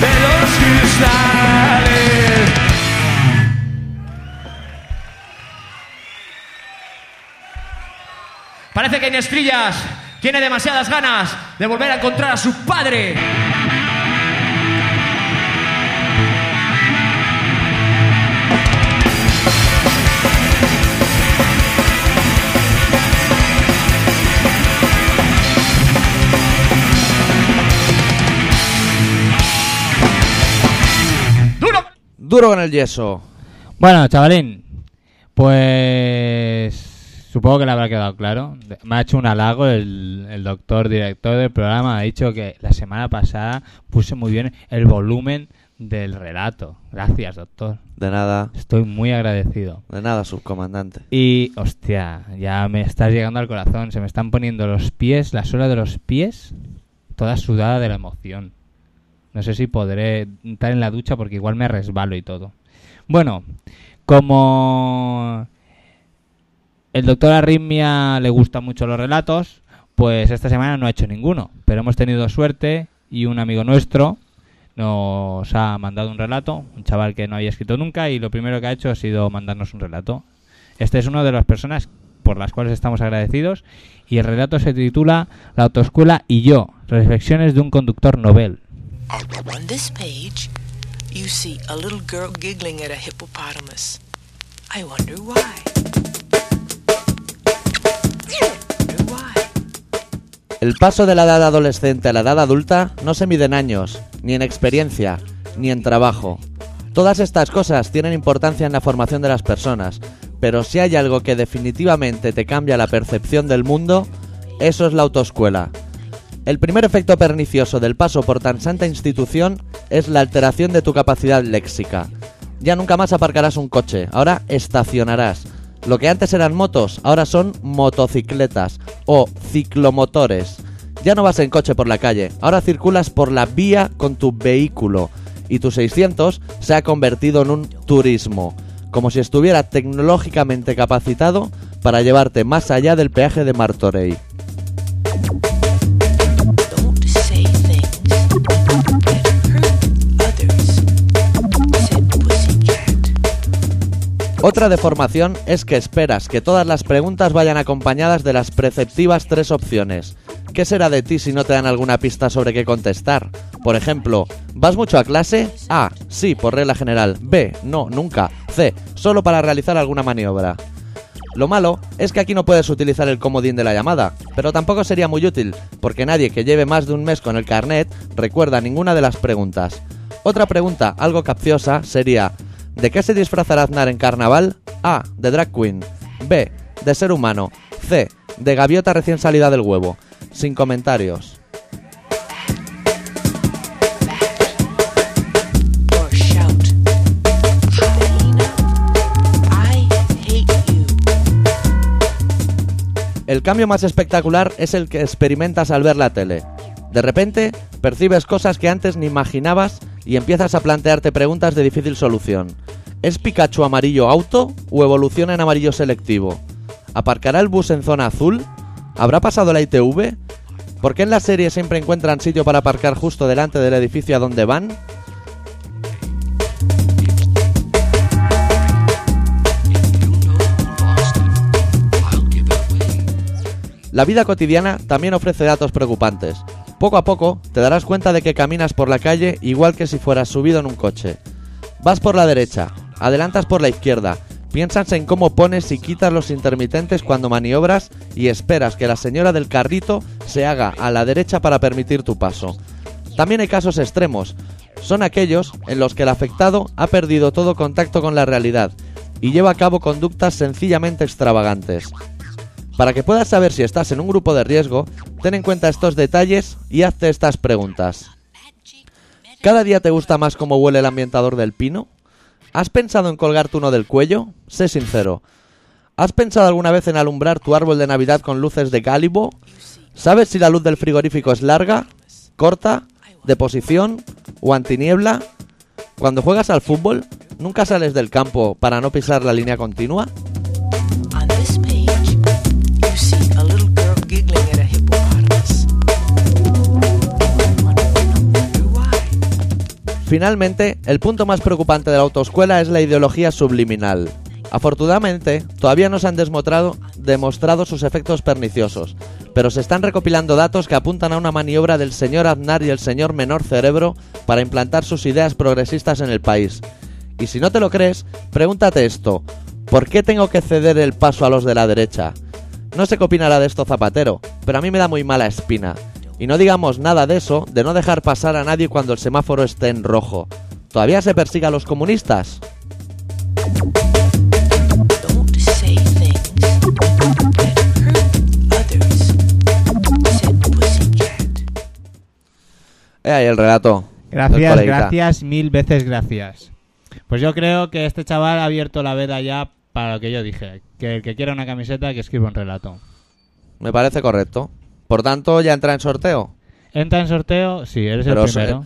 Speaker 4: de los cristales.
Speaker 3: Parece que Inestrillas tiene demasiadas ganas de volver a encontrar a su padre. ¡Duro!
Speaker 1: Duro con el yeso.
Speaker 2: Bueno, chavalín, pues supongo que le habrá quedado claro. De- Me ha hecho un halago el, el doctor director del programa. Ha dicho que la semana pasada puse muy bien el volumen del relato. Gracias, doctor.
Speaker 1: De nada,
Speaker 2: Estoy muy agradecido.
Speaker 1: de nada, subcomandante.
Speaker 2: Y, hostia, ya me estás llegando al corazón. Se me están poniendo los pies, la suela de los pies, toda sudada de la emoción. No sé si podré estar en la ducha porque igual me resbalo y todo. Bueno, como el doctor Arritmia le gustan mucho los relatos, pues esta semana no ha hecho ninguno. Pero hemos tenido suerte y un amigo nuestro nos ha mandado un relato, un chaval que no había escrito nunca y lo primero que ha hecho ha sido mandarnos un relato. Este es una de las personas por las cuales estamos agradecidos y el relato se titula La autoescuela y yo, reflexiones de un conductor novel.
Speaker 5: On this page, you see a little girl giggling at a hippopotamus. I wonder why. Wonder why.
Speaker 1: El paso de la edad adolescente a la edad adulta no se mide en años, ni en experiencia, ni en trabajo. Todas estas cosas tienen importancia en la formación de las personas, pero si hay algo que definitivamente te cambia la percepción del mundo, eso es la autoescuela. El primer efecto pernicioso del paso por tan santa institución es la alteración de tu capacidad léxica. Ya nunca más aparcarás un coche, ahora estacionarás. Lo que antes eran motos, ahora son motocicletas o ciclomotores. Ya no vas en coche por la calle, ahora circulas por la vía con tu vehículo y tu 600 se ha convertido en un turismo, como si estuviera tecnológicamente capacitado para llevarte más allá del peaje de Martorey.
Speaker 5: Don't say things that hurt others, said Pussycat.
Speaker 1: Otra deformación es que esperas que todas las preguntas vayan acompañadas de las preceptivas tres opciones. ¿Qué será de ti si no te dan alguna pista sobre qué contestar? Por ejemplo, ¿vas mucho a clase? A. Sí, por regla general. B. No, nunca. C. Solo para realizar alguna maniobra. Lo malo es que aquí no puedes utilizar el comodín de la llamada, pero tampoco sería muy útil, porque nadie que lleve más de un mes con el carnet recuerda ninguna de las preguntas. Otra pregunta, algo capciosa, sería ¿De qué se disfrazará Aznar en carnaval? A. De drag queen. B. De ser humano. C. De gaviota recién salida del huevo. Sin comentarios.
Speaker 5: or shout, Hyena, I hate you.
Speaker 1: El cambio más espectacular es el que experimentas al ver la tele. De repente, percibes cosas que antes ni imaginabas y empiezas a plantearte preguntas de difícil solución. ¿Es Pikachu amarillo auto o evoluciona en amarillo selectivo? ¿Aparcará el bus en zona azul? ¿Habrá pasado la ITV? ¿Por qué en la serie siempre encuentran sitio para aparcar justo delante del edificio a donde van? La vida cotidiana también ofrece datos preocupantes. Poco a poco te darás cuenta de que caminas por la calle igual que si fueras subido en un coche. Vas por la derecha, adelantas por la izquierda, piensas en cómo pones y quitas los intermitentes cuando maniobras y esperas que la señora del carrito se haga a la derecha para permitir tu paso. También hay casos extremos. Son aquellos en los que el afectado ha perdido todo contacto con la realidad y lleva a cabo conductas sencillamente extravagantes. Para que puedas saber si estás en un grupo de riesgo, ten en cuenta estos detalles y hazte estas preguntas. ¿Cada día te gusta más cómo huele el ambientador del pino? ¿Has pensado en colgarte uno del cuello? Sé sincero. ¿Has pensado alguna vez en alumbrar tu árbol de Navidad con luces de cálibo? ¿Sabes si la luz del frigorífico es larga, corta, de posición o antiniebla? Cuando juegas al fútbol, ¿nunca sales del campo para no pisar la línea continua?
Speaker 5: On this page, you see a little girl giggling at a hippopotamus. Why?
Speaker 1: Finalmente, el punto más preocupante de la autoescuela es la ideología subliminal. Afortunadamente, todavía no se han desmotrado- demostrado sus efectos perniciosos, pero se están recopilando datos que apuntan a una maniobra del señor Aznar y el señor Menor Cerebro para implantar sus ideas progresistas en el país. Y si no te lo crees, pregúntate esto, ¿por qué tengo que ceder el paso a los de la derecha? No sé qué opinará de esto Zapatero, pero a mí me da muy mala espina. Y no digamos nada de eso, de no dejar pasar a nadie cuando el semáforo esté en rojo. ¿Todavía se persigue a los comunistas?
Speaker 5: Don't say things that hurt others, said Pussycat.
Speaker 1: He ahí el relato. del
Speaker 2: Gracias,
Speaker 1: coleguita.
Speaker 2: gracias, mil veces gracias. Pues yo creo que este chaval ha abierto la veda ya para lo que yo dije. Que el que quiera una camiseta, que escriba un relato.
Speaker 1: Me parece correcto. Por tanto, ya entra en sorteo.
Speaker 2: ¿Entra en sorteo? Sí, eres el
Speaker 1: se-
Speaker 2: primero.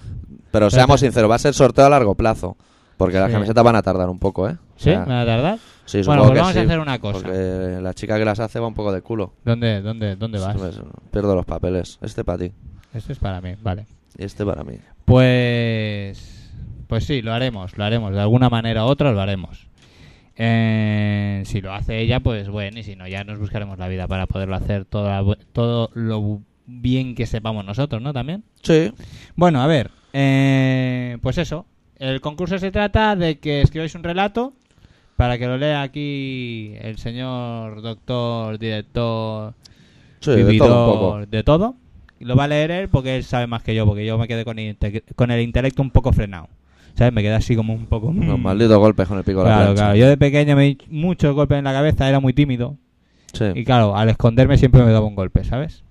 Speaker 1: pero
Speaker 2: Espérate.
Speaker 1: seamos sinceros, va a ser sorteo a largo plazo. Porque las
Speaker 2: Sí.
Speaker 1: camisetas van a tardar un poco, ¿eh? O
Speaker 2: ¿Sí?
Speaker 1: sea,
Speaker 2: ¿Me va a tardar?
Speaker 1: sí,
Speaker 2: bueno,
Speaker 1: supongo
Speaker 2: pues
Speaker 1: que
Speaker 2: vamos a
Speaker 1: sí,
Speaker 2: hacer una cosa.
Speaker 1: Porque la chica que las hace va un poco de culo.
Speaker 2: ¿Dónde, dónde, dónde vas?
Speaker 1: Pues, Pierdo los papeles. Este para ti.
Speaker 2: Este es para mí, vale.
Speaker 1: Y este para mí.
Speaker 2: Pues. Pues sí, lo haremos, lo haremos. De alguna manera u otra lo haremos. Eh, si lo hace ella, pues bueno, y si no, ya nos buscaremos la vida para poderlo hacer todo, todo lo bu- bien que sepamos nosotros, ¿no? También.
Speaker 1: Sí.
Speaker 2: Bueno, a ver, eh, pues eso. El concurso se trata de que escribáis un relato para que lo lea aquí el señor doctor, director,
Speaker 1: Sí, de todo un poco.
Speaker 2: vividor, de todo. Y lo va a leer él porque él sabe más que yo, porque yo me quedé con, inte- con el intelecto un poco frenado. O ¿Sabes? Me queda así como un poco.
Speaker 1: Unos
Speaker 2: mm.
Speaker 1: malditos golpes con el pico de la
Speaker 2: Claro,
Speaker 1: plancha.
Speaker 2: claro. Yo de pequeño me di muchos golpes en la cabeza, era muy tímido.
Speaker 1: Sí,
Speaker 2: Y claro, al esconderme siempre me daba un golpe, ¿sabes?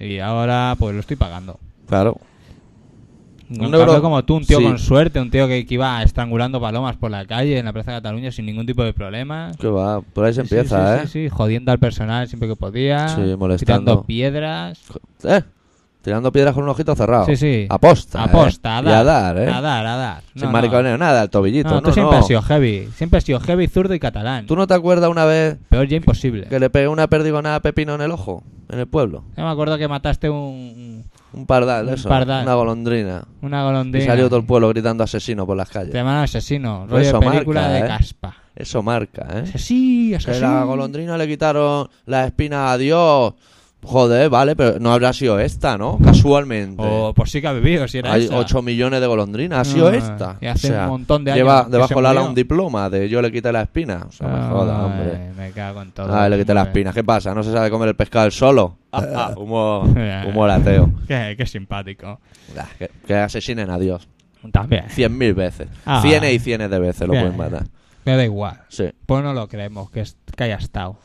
Speaker 2: Y ahora pues lo estoy pagando.
Speaker 1: claro.
Speaker 2: Un,
Speaker 1: Un euro-
Speaker 2: cabrón como tú, un tío
Speaker 1: sí.
Speaker 2: con suerte, un tío que, que iba estrangulando palomas por la calle en la Plaza de Cataluña sin ningún tipo de problema.
Speaker 1: Que va, por ahí se
Speaker 2: Sí,
Speaker 1: empieza, ¿eh?
Speaker 2: sí, sí, sí, jodiendo al personal siempre que podía.
Speaker 1: Sí, molestando.
Speaker 2: Tirando piedras.
Speaker 1: ¿eh? ¿Eh? Tirando piedras con un ojito cerrado.
Speaker 2: Sí, sí.
Speaker 1: Oh, Aposta. ¿eh?
Speaker 2: Aposta, a
Speaker 1: Y
Speaker 2: dar.
Speaker 1: a dar, ¿eh?
Speaker 2: A dar, a dar. No,
Speaker 1: Sin
Speaker 2: no.
Speaker 1: mariconeo, nada, el tobillito.
Speaker 2: No,
Speaker 1: No,
Speaker 2: tú siempre
Speaker 1: no.
Speaker 2: has sido heavy. Siempre has sido heavy, zurdo y catalán.
Speaker 1: ¿Tú no te acuerdas una vez
Speaker 2: Peor ya imposible.
Speaker 1: que le pegué una perdigonada a Pepino en el ojo? En el pueblo.
Speaker 2: Yo me acuerdo que mataste un,
Speaker 1: Un pardal,
Speaker 2: Un
Speaker 1: eso.
Speaker 2: pardal.
Speaker 1: Una golondrina.
Speaker 2: una
Speaker 1: Y
Speaker 2: golondrina.
Speaker 1: salió todo el pueblo gritando asesino por las calles.
Speaker 2: Te llamaron asesino.
Speaker 1: Pues
Speaker 2: Rollo
Speaker 1: eso
Speaker 2: de película
Speaker 1: marca,
Speaker 2: de
Speaker 1: ¿eh?
Speaker 2: caspa.
Speaker 1: Eso marca, ¿eh?
Speaker 2: Asesí,
Speaker 1: Que
Speaker 2: asesino.
Speaker 1: la golondrina le quitaron la espina a Dios. Joder, vale, pero no habrá sido esta, ¿no? Casualmente.
Speaker 2: O por sí que ha vivido, si era
Speaker 1: eh. Hay
Speaker 2: esa.
Speaker 1: 8 millones de golondrinas, ha sido
Speaker 2: Ah,
Speaker 1: esta.
Speaker 2: y hace
Speaker 1: O sea,
Speaker 2: un montón de años
Speaker 1: Lleva
Speaker 2: que
Speaker 1: debajo
Speaker 2: se
Speaker 1: la ala
Speaker 2: murió.
Speaker 1: un diploma de yo le quité la espina. O sea, me joda,
Speaker 2: Ay,
Speaker 1: hombre.
Speaker 2: Ah, Me cago en todo.
Speaker 1: Ah, le quité la
Speaker 2: hombre.
Speaker 1: espina. ¿Qué pasa? ¿No se sabe comer el pescado él solo? Ah, ah, humor,
Speaker 2: Eh.
Speaker 1: humor ateo.
Speaker 2: Qué, qué simpático.
Speaker 1: Ah, Que, que asesinen a Dios.
Speaker 2: También.
Speaker 1: Cien mil veces.
Speaker 2: Ah.
Speaker 1: Cienes y cienes de veces lo
Speaker 2: Bien.
Speaker 1: pueden matar.
Speaker 2: Me da igual.
Speaker 1: Sí,
Speaker 2: Pues no lo creemos que, es- que haya estado.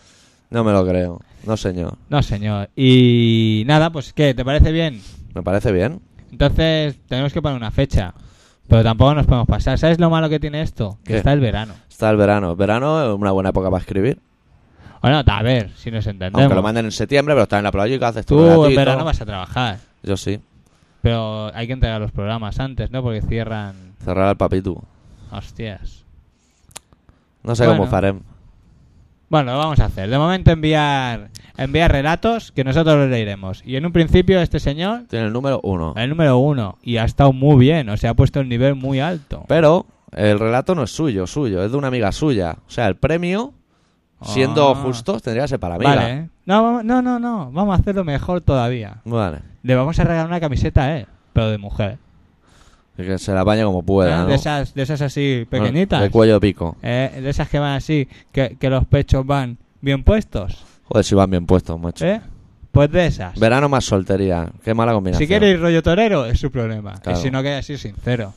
Speaker 1: no me lo creo. No, señor.
Speaker 2: No, señor. Y nada, pues ¿qué? ¿Te parece bien?
Speaker 1: Me parece bien.
Speaker 2: Entonces tenemos que poner una fecha. Pero tampoco nos podemos pasar. ¿Sabes lo malo que tiene esto? Que
Speaker 1: ¿Qué?
Speaker 2: está el verano.
Speaker 1: Está el verano. El verano es una buena época para escribir.
Speaker 2: Bueno, a ver, si nos entendemos.
Speaker 1: Aunque lo manden en septiembre, pero está en la playa y que haces tu
Speaker 2: Tú en
Speaker 1: ratito.
Speaker 2: verano vas a trabajar.
Speaker 1: Yo sí.
Speaker 2: Pero hay que entregar los programas antes, ¿no? Porque cierran...
Speaker 1: Cerrar al papitu.
Speaker 2: Hostias.
Speaker 1: No sé
Speaker 2: Bueno.
Speaker 1: cómo faremos.
Speaker 2: Bueno, lo vamos a hacer. De momento enviar enviar relatos que nosotros los leeremos. Y en un principio este señor,
Speaker 1: Tiene el número uno.
Speaker 2: el número uno, y ha estado muy bien, o sea, ha puesto el nivel muy alto.
Speaker 1: Pero el relato no es suyo, suyo, es de una amiga suya. O sea, el premio, siendo
Speaker 2: Ah.
Speaker 1: justos, tendría que ser para amiga.
Speaker 2: Vale, ¿eh? no, vamos- no, no, no, vamos a hacerlo mejor todavía.
Speaker 1: Vale.
Speaker 2: Le vamos a regalar una camiseta a él, pero de mujer.
Speaker 1: Y Que se la apañe como pueda,
Speaker 2: Ah,
Speaker 1: ¿no?
Speaker 2: de, esas, de esas así
Speaker 1: Bueno,
Speaker 2: pequeñitas.
Speaker 1: De cuello pico.
Speaker 2: Eh, de esas que van así, que, que los pechos van bien puestos.
Speaker 1: Joder, si van bien puestos, macho.
Speaker 2: ¿eh? Pues de esas.
Speaker 1: Verano más soltería. Qué mala combinación.
Speaker 2: Si quiere ir rollo torero, es su problema.
Speaker 1: Claro.
Speaker 2: Y si no, que haya sido sincero.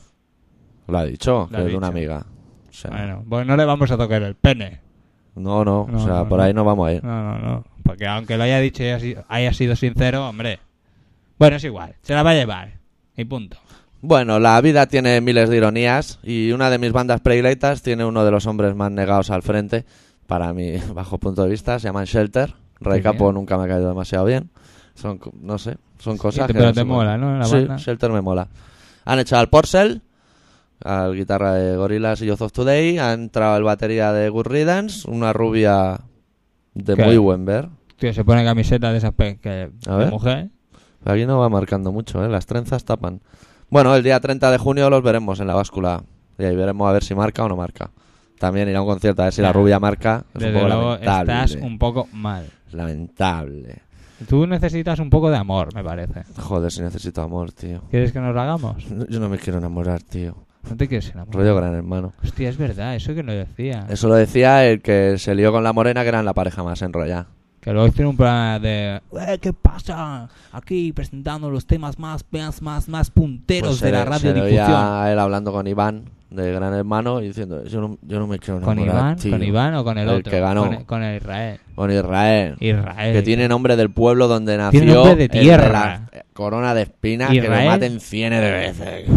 Speaker 1: Lo ha dicho,
Speaker 2: Lo
Speaker 1: que
Speaker 2: ha
Speaker 1: es de una
Speaker 2: dicho.
Speaker 1: amiga. O sea,
Speaker 2: Bueno, pues no le vamos a tocar el pene.
Speaker 1: No, no,
Speaker 2: No,
Speaker 1: o sea,
Speaker 2: no,
Speaker 1: por
Speaker 2: no.
Speaker 1: ahí no vamos a ir.
Speaker 2: No, no, no. Porque aunque lo haya dicho y haya sido- haya sido sincero, hombre. Bueno, es igual. Se la va a llevar. Y punto.
Speaker 1: Bueno, la vida tiene miles de ironías y una de mis bandas predilectas tiene uno de los hombres más negados al frente, para mi bajo punto de vista, se llaman Shelter. Ray
Speaker 2: Qué bien.
Speaker 1: Capo nunca me ha caído demasiado bien. Son, co- no sé, son cosas
Speaker 2: Y te-
Speaker 1: que...
Speaker 2: pero
Speaker 1: no
Speaker 2: te
Speaker 1: se pueden-
Speaker 2: mola, ¿no? La
Speaker 1: sí,
Speaker 2: banda.
Speaker 1: Shelter me mola. Han echado al Porcel, al guitarra de Gorillaz y Youth of Today, ha entrado el batería de Good Riddance, una rubia de
Speaker 2: ¿Qué?
Speaker 1: muy buen ver.
Speaker 2: Tío, se pone camiseta de esas pe- que,
Speaker 1: A
Speaker 2: de
Speaker 1: ver.
Speaker 2: mujer.
Speaker 1: Aquí no va marcando mucho, ¿eh? Las trenzas tapan. Bueno, el día 30 de junio los veremos en la báscula. Y ahí veremos a ver si marca o no marca. También irá a un concierto a ver si la
Speaker 2: Ya.
Speaker 1: rubia marca. Es un
Speaker 2: Desde
Speaker 1: poco
Speaker 2: luego
Speaker 1: lamentable.
Speaker 2: estás un poco mal.
Speaker 1: Lamentable.
Speaker 2: Tú necesitas un poco de amor, me parece.
Speaker 1: Joder, si necesito amor, tío.
Speaker 2: ¿Quieres que nos lo hagamos?
Speaker 1: Yo no me quiero enamorar, tío.
Speaker 2: No te quieres enamorar.
Speaker 1: Rollo gran hermano.
Speaker 2: Hostia, es verdad, eso que no decía.
Speaker 1: Eso lo decía el que se lió con la morena, que eran la pareja más enrollada.
Speaker 2: Que luego hicieron un programa de... "Eh, ¿Qué pasa? Aquí presentando los temas más, más, más, más punteros
Speaker 1: Pues
Speaker 2: de
Speaker 1: se
Speaker 2: la
Speaker 1: le- se le
Speaker 2: radiodifusión.
Speaker 1: oía a él hablando con Iván, de gran hermano, y diciendo: Yo no, yo no me quiero enamorar.
Speaker 2: ¿Con Iván?
Speaker 1: tío".
Speaker 2: ¿Con Iván o con el,
Speaker 1: El
Speaker 2: otro?
Speaker 1: que ganó.
Speaker 2: Con, el- con el Israel.
Speaker 1: Con Israel.
Speaker 2: Israel.
Speaker 1: Que tiene nombre del pueblo donde nació.
Speaker 2: Tiene nombre de
Speaker 1: el
Speaker 2: tierra.
Speaker 1: la corona de espinas que
Speaker 2: Israel.
Speaker 1: lo maten cienes de veces.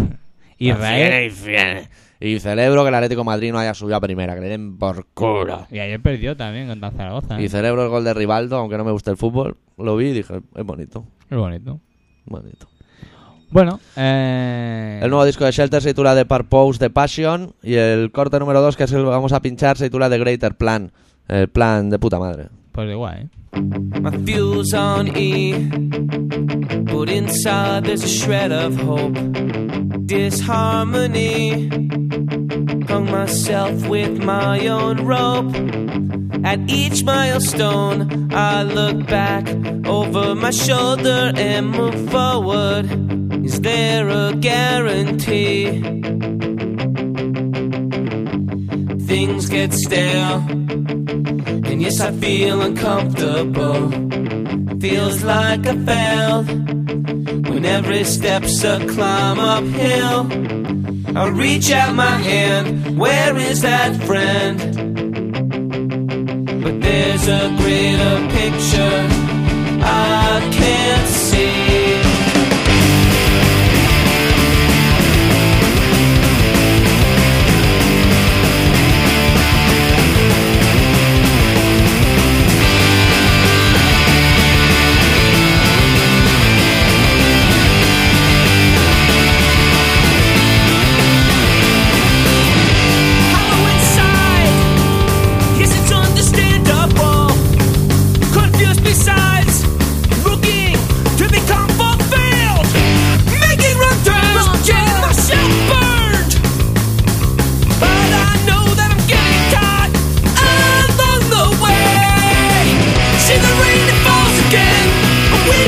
Speaker 2: Israel.
Speaker 1: Cienes y cienes. Y celebro que el Atlético de Madrid no haya subido a primera, que le den por culo.
Speaker 2: Y ayer perdió también contra Zaragoza. ¿eh?
Speaker 1: Y celebro el gol de Rivaldo, aunque no me guste el fútbol. Lo vi y dije, es bonito,
Speaker 2: Qué bonito.
Speaker 1: bonito.
Speaker 2: Bueno, eh...
Speaker 1: El nuevo disco de Shelter se titula The Purpose, The Passion. Y el corte número 2, que es el que vamos a pinchar, se titula The Greater Plan. El plan de puta madre.
Speaker 2: Pues igual, ¿eh?
Speaker 6: My fuel's on E, but inside there's a shred of hope. Disharmony hung myself with my own rope. At each milestone, I look back over my shoulder and move forward. Is there a guarantee? Things get stale. And yes, I feel uncomfortable. Feels like I failed. When every step's a climb uphill. I reach out my hand. Where is that friend? But there's a greater picture I can't see.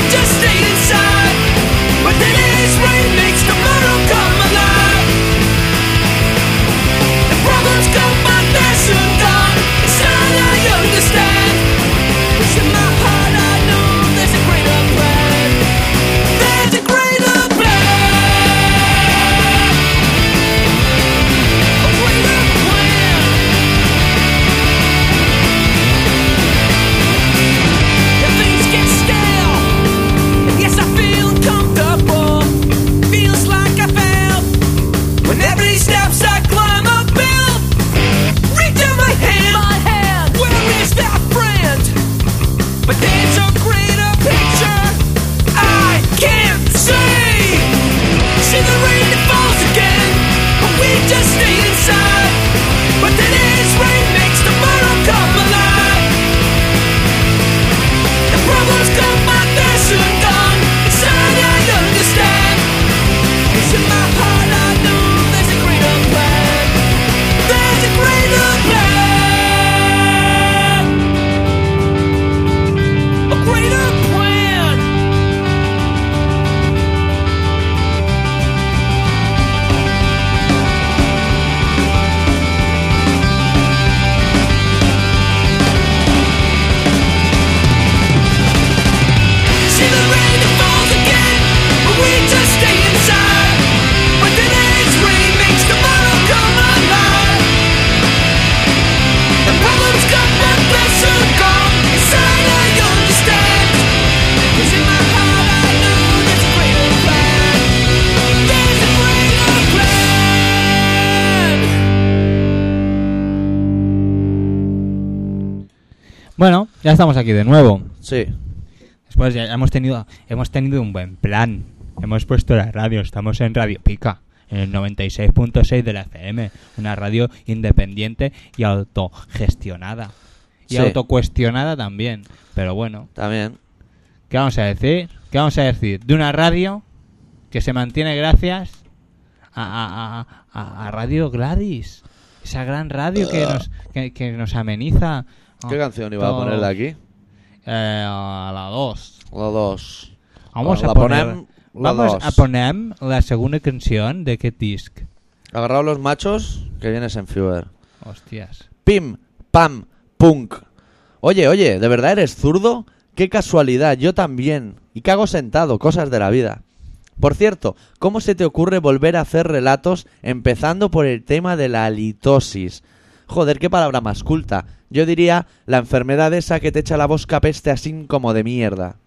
Speaker 4: Just stay inside, but today's rain makes tomorrow come alive. The brothers come, but they're soon gone. It's not I understand. It's in my heart, I know there's a greater plan. There's a greater plan. A greater plan. If things get stale, yes I feel uncomfortable. Feels like I failed. When every steps I climb a build, reach out my hand. My hand. Where is that friend? But there's a greater picture I can't see. See the rain it falls again, but we just stay inside. But today's rain makes tomorrow come alive. The problems come, but they're soon gone. It's not I understand. It's in my heart, I know there's a greater plan. There's a greater plan. A greater plan. See the rain that falls again, but we just stay inside. But today's rain makes tomorrow come alive. The problems come, but they're soon gone. Inside I understand. 'Cause in my heart I know there's a greater plan. There's a greater plan.
Speaker 2: Bueno, ya estamos aquí de nuevo.
Speaker 1: Sí.
Speaker 2: Después ya hemos tenido, hemos tenido un buen plan. Hemos puesto la radio, estamos en Radio Pica, en el 96.6 de la FM, una radio independiente y autogestionada. Y
Speaker 1: Sí.
Speaker 2: autocuestionada también. Pero bueno,
Speaker 1: También.
Speaker 2: ¿qué vamos a decir? ¿Qué vamos a decir? De una radio que se mantiene gracias a, a- a- a- a Radio Gladys. Esa gran radio que nos, que, que nos ameniza.
Speaker 1: Ah.
Speaker 2: Oh.
Speaker 1: ¿Qué canción iba a poner de aquí?
Speaker 2: Eh, a la 2.
Speaker 1: La dos.
Speaker 2: Vamos
Speaker 1: La
Speaker 2: a poner,
Speaker 1: ponem la
Speaker 2: vamos
Speaker 1: dos.
Speaker 2: a poner la segunda canción de aquest disc.
Speaker 1: Agarraos los machos que vienes en Fever.
Speaker 2: Hostias.
Speaker 1: Pim, pam, punk. Oye, oye, ¿de verdad eres zurdo? Qué casualidad, yo también. ¿Y qué hago sentado? Cosas de la vida. Por cierto, ¿cómo se te ocurre volver a hacer relatos empezando por el tema de la halitosis? Joder, qué palabra más culta. Yo diría la enfermedad esa que te echa la boca peste así como de mierda.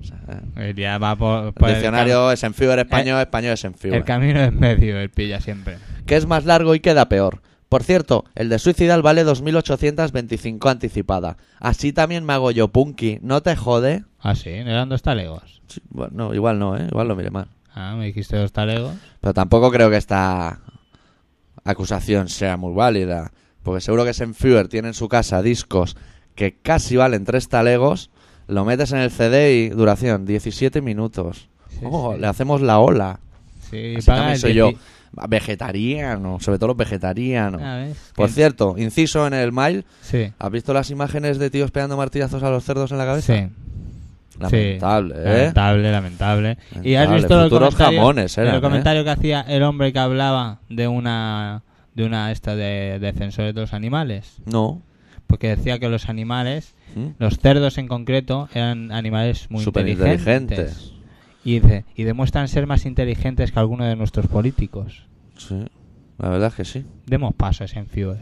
Speaker 1: O sea, eh,
Speaker 2: Eh, Ya va por,
Speaker 1: el
Speaker 2: por
Speaker 1: diccionario
Speaker 2: el,
Speaker 1: es en Fever español, español es en
Speaker 2: cam-
Speaker 1: Fever
Speaker 2: el camino en medio, el pilla siempre.
Speaker 1: que es más largo y queda peor. Por cierto, el de Suicidal vale 2.825 anticipada. Así también me hago yo, Punky. ¿No te jode?
Speaker 2: Ah, sí, ¿no eran dos talegos.
Speaker 1: Sí, Bueno, no, igual no, ¿eh? Igual lo mire mal.
Speaker 2: Ah, me dijiste dos talegos.
Speaker 1: Pero tampoco creo que esta acusación sea muy válida. Porque seguro que Senfuer tiene en su casa discos que casi valen tres talegos. Lo metes en el CD y duración 17 minutos.
Speaker 2: Sí,
Speaker 1: Oh,
Speaker 2: sí.
Speaker 1: Le hacemos la ola.
Speaker 2: Sí,
Speaker 1: Así
Speaker 2: paga
Speaker 1: también
Speaker 2: el
Speaker 1: soy yo.
Speaker 2: 10.
Speaker 1: Vegetariano, sobre todo los vegetarianos.
Speaker 2: Ah, ¿ves?
Speaker 1: Por
Speaker 2: Que-
Speaker 1: cierto, inciso en el mail,
Speaker 2: Sí.
Speaker 1: ¿has visto las imágenes de tíos pegando martillazos a los cerdos en la cabeza?
Speaker 2: Sí.
Speaker 1: Lamentable,
Speaker 2: sí.
Speaker 1: ¿eh?
Speaker 2: Lamentable, lamentable. Y has
Speaker 1: Lamentable.
Speaker 2: visto el
Speaker 1: Futuros
Speaker 2: comentario,
Speaker 1: jamones eran,
Speaker 2: el
Speaker 1: ¿eh?
Speaker 2: comentario que hacía el hombre que hablaba de una de una esta de defensores de los animales,
Speaker 1: No.
Speaker 2: porque decía que los animales,
Speaker 1: ¿Mm?
Speaker 2: los cerdos en concreto, eran animales muy
Speaker 1: Superinteligentes.
Speaker 2: inteligentes. Y, dice, y demuestran ser más inteligentes que algunos de nuestros políticos.
Speaker 1: Sí. La verdad es que sí.
Speaker 2: Demos pasos en Fuel.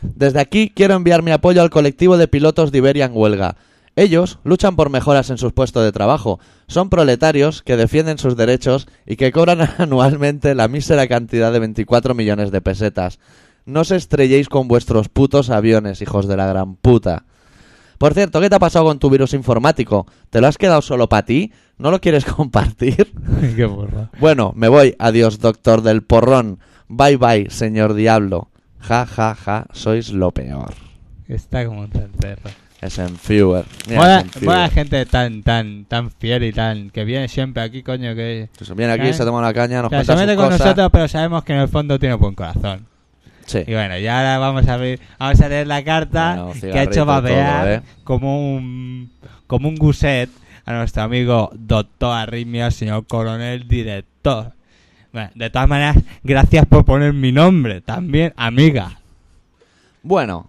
Speaker 1: Desde aquí quiero enviar mi apoyo al colectivo de pilotos de Iberia en huelga. Ellos luchan por mejoras en sus puestos de trabajo, son proletarios que defienden sus derechos y que cobran anualmente la mísera cantidad de 24 millones de pesetas. No se estrelléis con vuestros putos aviones, hijos de la gran puta. Por cierto, ¿qué te ha pasado con tu virus informático? ¿Te lo has quedado solo para ti? ¿No lo quieres compartir?
Speaker 2: Qué burro.
Speaker 1: Bueno, me voy. Adiós, doctor del porrón. Bye bye, señor diablo. Ja, ja, ja, sois lo peor.
Speaker 2: Está como un perro.
Speaker 1: Es en Fewer. Mira,
Speaker 2: Mola,
Speaker 1: es en
Speaker 2: mola
Speaker 1: Fewer.
Speaker 2: gente tan, tan, tan fiel y tan... Que viene siempre aquí, coño, que...
Speaker 1: Entonces, viene aquí,
Speaker 2: ¿Eh?
Speaker 1: se toma una caña, nos
Speaker 2: O sea, se
Speaker 1: cuenta
Speaker 2: mete
Speaker 1: sus
Speaker 2: con
Speaker 1: cosas.
Speaker 2: nosotros, pero sabemos que en el fondo tiene buen corazón.
Speaker 1: Sí.
Speaker 2: Y bueno, ya ahora vamos a abrir, vamos a leer la carta
Speaker 1: Bueno,
Speaker 2: que ha
Speaker 1: cigarrito,
Speaker 2: hecho babear
Speaker 1: todo, ¿eh?
Speaker 2: como un como un guset a nuestro amigo doctor Arritmia, señor coronel director. Bueno, de todas maneras, gracias por poner mi nombre también, amiga.
Speaker 1: Bueno.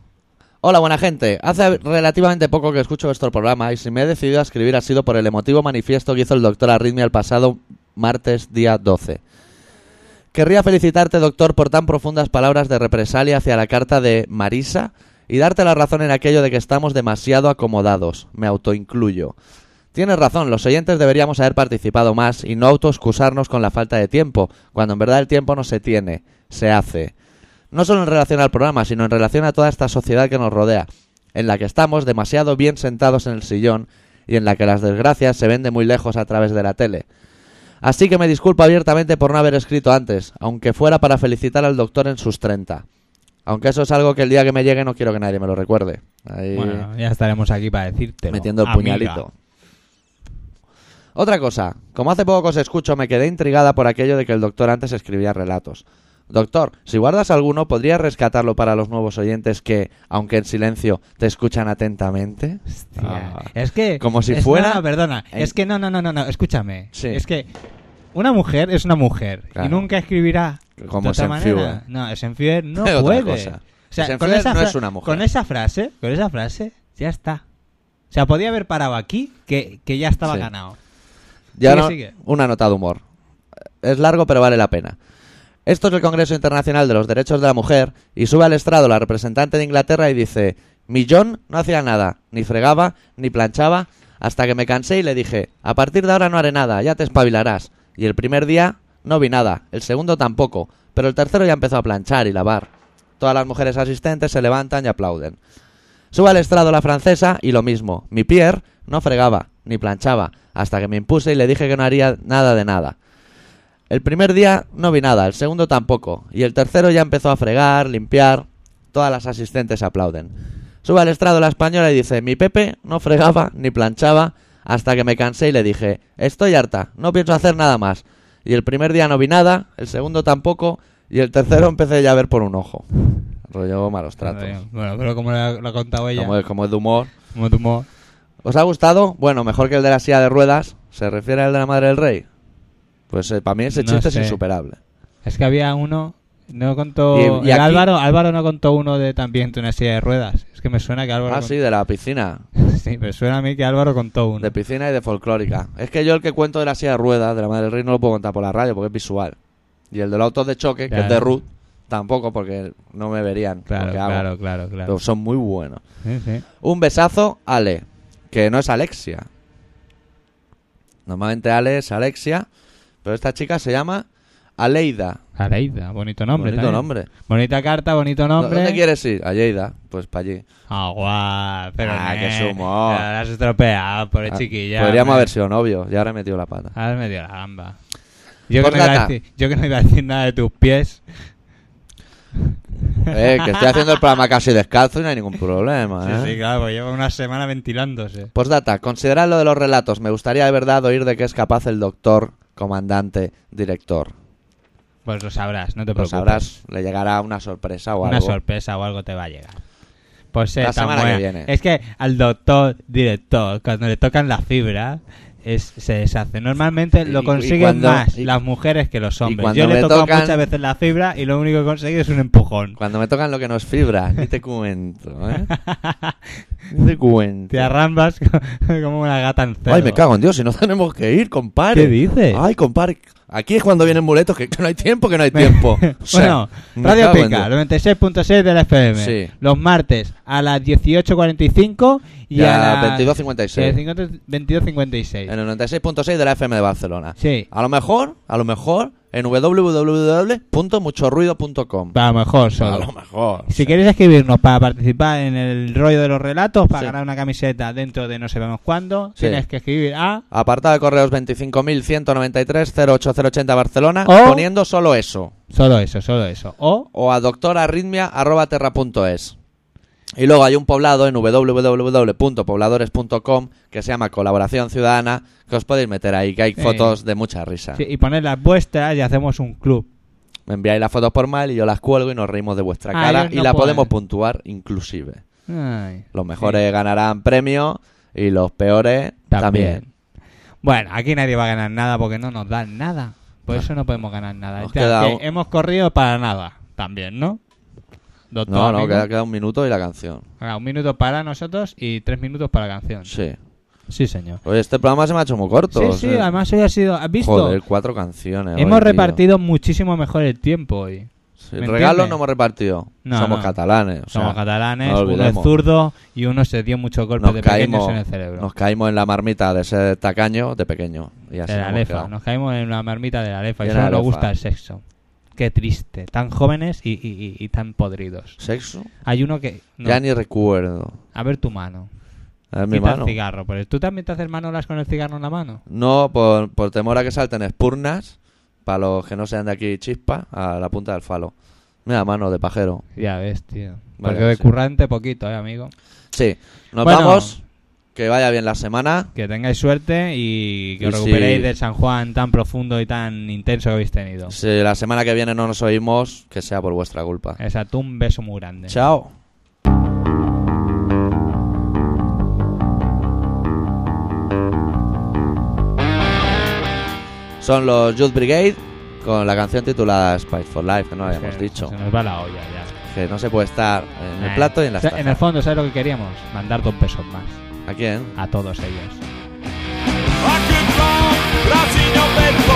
Speaker 1: Hola, buena gente. Hace relativamente poco que escucho vuestro programa y si me he decidido a escribir ha sido por el emotivo manifiesto que hizo el doctor Arritmia el pasado martes día 12. Querría felicitarte, doctor, por tan profundas palabras de represalia hacia la carta de Marisa y darte la razón en aquello de que estamos demasiado acomodados. Me autoincluyo. Tienes razón, los oyentes deberíamos haber participado más y no autoexcusarnos con la falta de tiempo, cuando en verdad el tiempo no se tiene, se hace. No solo en relación al programa, sino en relación a toda esta sociedad que nos rodea, en la que estamos demasiado bien sentados en el sillón y en la que las desgracias se ven de muy lejos a través de la tele. Así que me disculpo abiertamente por no haber escrito antes, aunque fuera para felicitar al doctor en sus 30. Aunque eso es algo que el día que me llegue no quiero que nadie me lo recuerde. Ahí-
Speaker 2: Bueno, ya estaremos aquí para decirte.
Speaker 1: metiendo el puñalito. Otra cosa, como hace poco que os escucho, me quedé intrigada por aquello de que el doctor antes escribía relatos. Doctor, si guardas alguno, ¿podrías rescatarlo para los nuevos oyentes que, aunque en silencio, te escuchan atentamente? Ah.
Speaker 2: Es que
Speaker 1: Como si
Speaker 2: es- no,
Speaker 1: fuera-
Speaker 2: no, perdona.
Speaker 1: en-
Speaker 2: Es que no, no, no, no, no, escúchame.
Speaker 1: Sí.
Speaker 2: Es que una mujer es una mujer
Speaker 1: Claro.
Speaker 2: y nunca escribirá
Speaker 1: Como
Speaker 2: de otra
Speaker 1: Schenfield.
Speaker 2: manera. No, Schenfield no
Speaker 1: Otra
Speaker 2: puede.
Speaker 1: cosa.
Speaker 2: O sea, con
Speaker 1: Schenfield
Speaker 2: esa
Speaker 1: no
Speaker 2: fra-
Speaker 1: es una mujer.
Speaker 2: Con esa frase, con esa frase, ya está. O sea, podía haber parado aquí que, que ya estaba
Speaker 1: Sí.
Speaker 2: ganado.
Speaker 1: Ya
Speaker 2: Sigue,
Speaker 1: no-
Speaker 2: sigue.
Speaker 1: una nota de humor. Es largo, pero vale la pena. Esto es el Congreso Internacional de los Derechos de la Mujer y sube al estrado la representante de Inglaterra y dice, mi John no hacía nada, ni fregaba, ni planchaba, hasta que me cansé y le dije, a partir de ahora no haré nada, ya te espabilarás. Y el primer día no vi nada, el segundo tampoco, pero el tercero ya empezó a planchar y lavar. Todas las mujeres asistentes se levantan y aplauden. Sube al estrado la francesa y lo mismo. Mi Pierre no fregaba ni planchaba hasta que me impuse y le dije que no haría nada de nada. El primer día no vi nada, el segundo tampoco, y el tercero ya empezó a fregar, limpiar. Todas las asistentes aplauden. Sube al estrado la española y dice, mi Pepe no fregaba ni planchaba hasta que me cansé y le dije, estoy harta, no pienso hacer nada más. Y el primer día no vi nada, el segundo tampoco, y el tercero empecé ya a ver por un ojo. Rollo malos tratos.
Speaker 2: Bueno, pero como lo, lo ha contado ella,
Speaker 1: Como es, como es de humor.
Speaker 2: como tu mo-
Speaker 1: ¿Os ha gustado? Bueno, mejor que el de la silla de ruedas. ¿Se refiere al de la madre del rey? Pues para mí ese
Speaker 2: No
Speaker 1: chiste
Speaker 2: sé.
Speaker 1: es insuperable.
Speaker 2: Es que había uno. No contó.
Speaker 1: Y-
Speaker 2: el
Speaker 1: y aquí-
Speaker 2: Álvaro, Álvaro no contó uno de también de una silla de ruedas. Es que me suena que Álvaro.
Speaker 1: Ah,
Speaker 2: contó-
Speaker 1: sí, de la piscina.
Speaker 2: Sí, pero suena a mí que Álvaro contó uno.
Speaker 1: De piscina y de folclórica. Es que yo el que cuento de la silla de ruedas, de la madre del rey, no lo puedo contar por la radio porque es visual. Y el de los autos de choque, que es de
Speaker 2: Claro.
Speaker 1: Ruth, tampoco porque no me verían. lo
Speaker 2: Claro,
Speaker 1: que hago.
Speaker 2: claro, claro, claro.
Speaker 1: Pero son muy buenos.
Speaker 2: Sí, sí.
Speaker 1: Un besazo, Ale. Que no es Alexia. Normalmente Ale es Alexia. Pero esta chica se llama Aleida.
Speaker 2: Aleida, bonito nombre.
Speaker 1: Bonito
Speaker 2: también.
Speaker 1: nombre.
Speaker 2: Bonita carta, bonito nombre.
Speaker 1: ¿Dónde quieres ir? A Lleida, pues para allí.
Speaker 2: Ah, guau, pero
Speaker 1: Ah,
Speaker 2: ne,
Speaker 1: qué sumo.
Speaker 2: pero La has estropeado, pobre
Speaker 1: Ah,
Speaker 2: chiquilla.
Speaker 1: Podríamos
Speaker 2: hombre.
Speaker 1: haber sido novios, ya ahora he metido la pata.
Speaker 2: Has metido la gamba. Yo que,
Speaker 1: Por
Speaker 2: no iba a
Speaker 1: data.
Speaker 2: decir, yo que no iba a decir nada de tus pies.
Speaker 1: Eh, que estoy haciendo el programa casi descalzo y no hay ningún problema. ¿eh?
Speaker 2: Sí, sí, claro, pues lleva una semana ventilándose.
Speaker 1: Postdata, considerad lo de los relatos. Me gustaría de verdad oír de qué es capaz el doctor, comandante, director.
Speaker 2: Pues lo sabrás, no te
Speaker 1: Lo
Speaker 2: preocupes.
Speaker 1: sabrás, le llegará una sorpresa o
Speaker 2: una
Speaker 1: algo.
Speaker 2: sorpresa o algo te va a llegar. Pues eh,
Speaker 1: La
Speaker 2: tan
Speaker 1: semana que
Speaker 2: buena.
Speaker 1: viene.
Speaker 2: Es que al doctor director, cuando le tocan la fibra, es, se deshace. Normalmente
Speaker 1: Y-
Speaker 2: lo
Speaker 1: y
Speaker 2: consiguen
Speaker 1: cuando-
Speaker 2: más
Speaker 1: y-
Speaker 2: las mujeres que los hombres.
Speaker 1: cuando
Speaker 2: Yo le he
Speaker 1: me
Speaker 2: tocado
Speaker 1: tocan-
Speaker 2: muchas veces la fibra y lo único que he conseguido es un empujón.
Speaker 1: Cuando me tocan lo que nos fibra, ni te cuento, ¿eh? Ni te cuento.
Speaker 2: Te arrambas como una gata en celo.
Speaker 1: Ay, me cago en Dios, si no tenemos que ir, compadre.
Speaker 2: ¿Qué dices?
Speaker 1: Ay, compadre, Aquí es cuando vienen muletos, que, que no hay tiempo, que no hay tiempo. O sea,
Speaker 2: bueno,
Speaker 1: me
Speaker 2: Radio
Speaker 1: cago en
Speaker 2: Pica,
Speaker 1: Dios.
Speaker 2: 96.6 del FM.
Speaker 1: Sí.
Speaker 2: Los martes a las 18.45 y,
Speaker 1: Y a
Speaker 2: a las
Speaker 1: 22:56.
Speaker 2: 22.56.
Speaker 1: En el 96.6 de la FM de Barcelona.
Speaker 2: Sí.
Speaker 1: A lo mejor, a lo mejor, en www.muchorruido.com.
Speaker 2: Para mejor solo.
Speaker 1: A lo mejor.
Speaker 2: Si queréis escribirnos para participar en el rollo de los relatos, para
Speaker 1: Sí.
Speaker 2: ganar una camiseta dentro de no sabemos cuándo,
Speaker 1: Sí.
Speaker 2: tienes que escribir a...
Speaker 1: Apartado de correos 25.193-08080 Barcelona,
Speaker 2: O-
Speaker 1: poniendo solo eso.
Speaker 2: Solo eso, solo eso. O...
Speaker 1: O a doctorarritmia.terra.es. Y luego hay un poblado en www.pobladores.com que se llama Colaboración Ciudadana, que os podéis meter ahí, que hay
Speaker 2: Sí.
Speaker 1: fotos de mucha risa.
Speaker 2: sí, y poner las vuestras y hacemos un club.
Speaker 1: Me enviáis las fotos por mail y yo las cuelgo y nos reímos de vuestra
Speaker 2: Ah,
Speaker 1: cara
Speaker 2: ellos
Speaker 1: y
Speaker 2: no
Speaker 1: la
Speaker 2: pueden.
Speaker 1: podemos puntuar inclusive.
Speaker 2: Ay,
Speaker 1: Los mejores ganarán premio y los peores también.
Speaker 2: Bueno, aquí nadie va a ganar nada porque no nos dan nada. Por eso no podemos ganar nada.
Speaker 1: Nos
Speaker 2: Ya
Speaker 1: queda
Speaker 2: que
Speaker 1: un-
Speaker 2: Hemos corrido para nada también, ¿no? Doctor
Speaker 1: No, no,
Speaker 2: amigo.
Speaker 1: queda, queda un minuto y la canción.
Speaker 2: Venga, un minuto para nosotros y tres minutos para la canción.
Speaker 1: Sí.
Speaker 2: Sí, señor.
Speaker 1: Oye, este programa se me ha hecho muy corto. o
Speaker 2: Sí, sí,
Speaker 1: sea,
Speaker 2: además hoy ha sido... ¿Has visto?
Speaker 1: eh. Joder, cuatro canciones.
Speaker 2: Hemos
Speaker 1: hoy, tío.
Speaker 2: repartido muchísimo mejor el tiempo hoy.
Speaker 1: Sí,
Speaker 2: ¿me
Speaker 1: regalos
Speaker 2: entiendes?
Speaker 1: no hemos repartido.
Speaker 2: No,
Speaker 1: Somos
Speaker 2: no.
Speaker 1: catalanes. o sea,
Speaker 2: Somos catalanes,
Speaker 1: no lo
Speaker 2: uno es
Speaker 1: olvidemos.
Speaker 2: zurdo y uno se dio muchos golpes
Speaker 1: Nos
Speaker 2: de pequeños
Speaker 1: caímos,
Speaker 2: en el cerebro.
Speaker 1: nos caímos en la marmita de ser tacaño de pequeño. Y así
Speaker 2: de
Speaker 1: nos
Speaker 2: la
Speaker 1: hemos
Speaker 2: lefa,
Speaker 1: quedado.
Speaker 2: nos caímos en la marmita de la lefa y
Speaker 1: De la
Speaker 2: solo nos
Speaker 1: lefa.
Speaker 2: gusta el sexo. Qué triste, tan jóvenes y, y- y- y tan podridos.
Speaker 1: ¿Sexo?
Speaker 2: Hay uno que... no.
Speaker 1: Ya ni recuerdo.
Speaker 2: A ver tu mano.
Speaker 1: Es mi
Speaker 2: Quita
Speaker 1: mano.
Speaker 2: el cigarro. Pero ¿Tú también te haces manolas con el cigarro en la mano?
Speaker 1: No, por, por temor a que salten espurnas, para los que no sean de aquí chispa, a la punta del falo. Mira, mano de pajero.
Speaker 2: Ya ves, tío.
Speaker 1: Vale,
Speaker 2: Porque de
Speaker 1: sí.
Speaker 2: currante poquito, ¿eh, amigo?
Speaker 1: Sí, nos
Speaker 2: Bueno.
Speaker 1: vamos. Que vaya bien la semana.
Speaker 2: Que tengáis suerte y que os
Speaker 1: Y si-
Speaker 2: recuperéis del San Juan tan profundo y tan intenso que habéis tenido.
Speaker 1: Si la semana que viene no nos oímos, que sea por vuestra culpa.
Speaker 2: Exacto, un beso muy grande.
Speaker 1: Chao. Son los Youth Brigade con la canción titulada Spice for Life, que no la
Speaker 2: Es
Speaker 1: habíamos
Speaker 2: que
Speaker 1: dicho.
Speaker 2: Se nos va la olla ya.
Speaker 1: Que no se puede estar en el
Speaker 2: Eh,
Speaker 1: plato y en las
Speaker 2: En el
Speaker 1: tazas.
Speaker 2: fondo, ¿sabes lo que queríamos? Mandar dos besos más
Speaker 1: ¿A quién?
Speaker 2: a todos ellos.
Speaker 7: I could drown, but I've seen your bed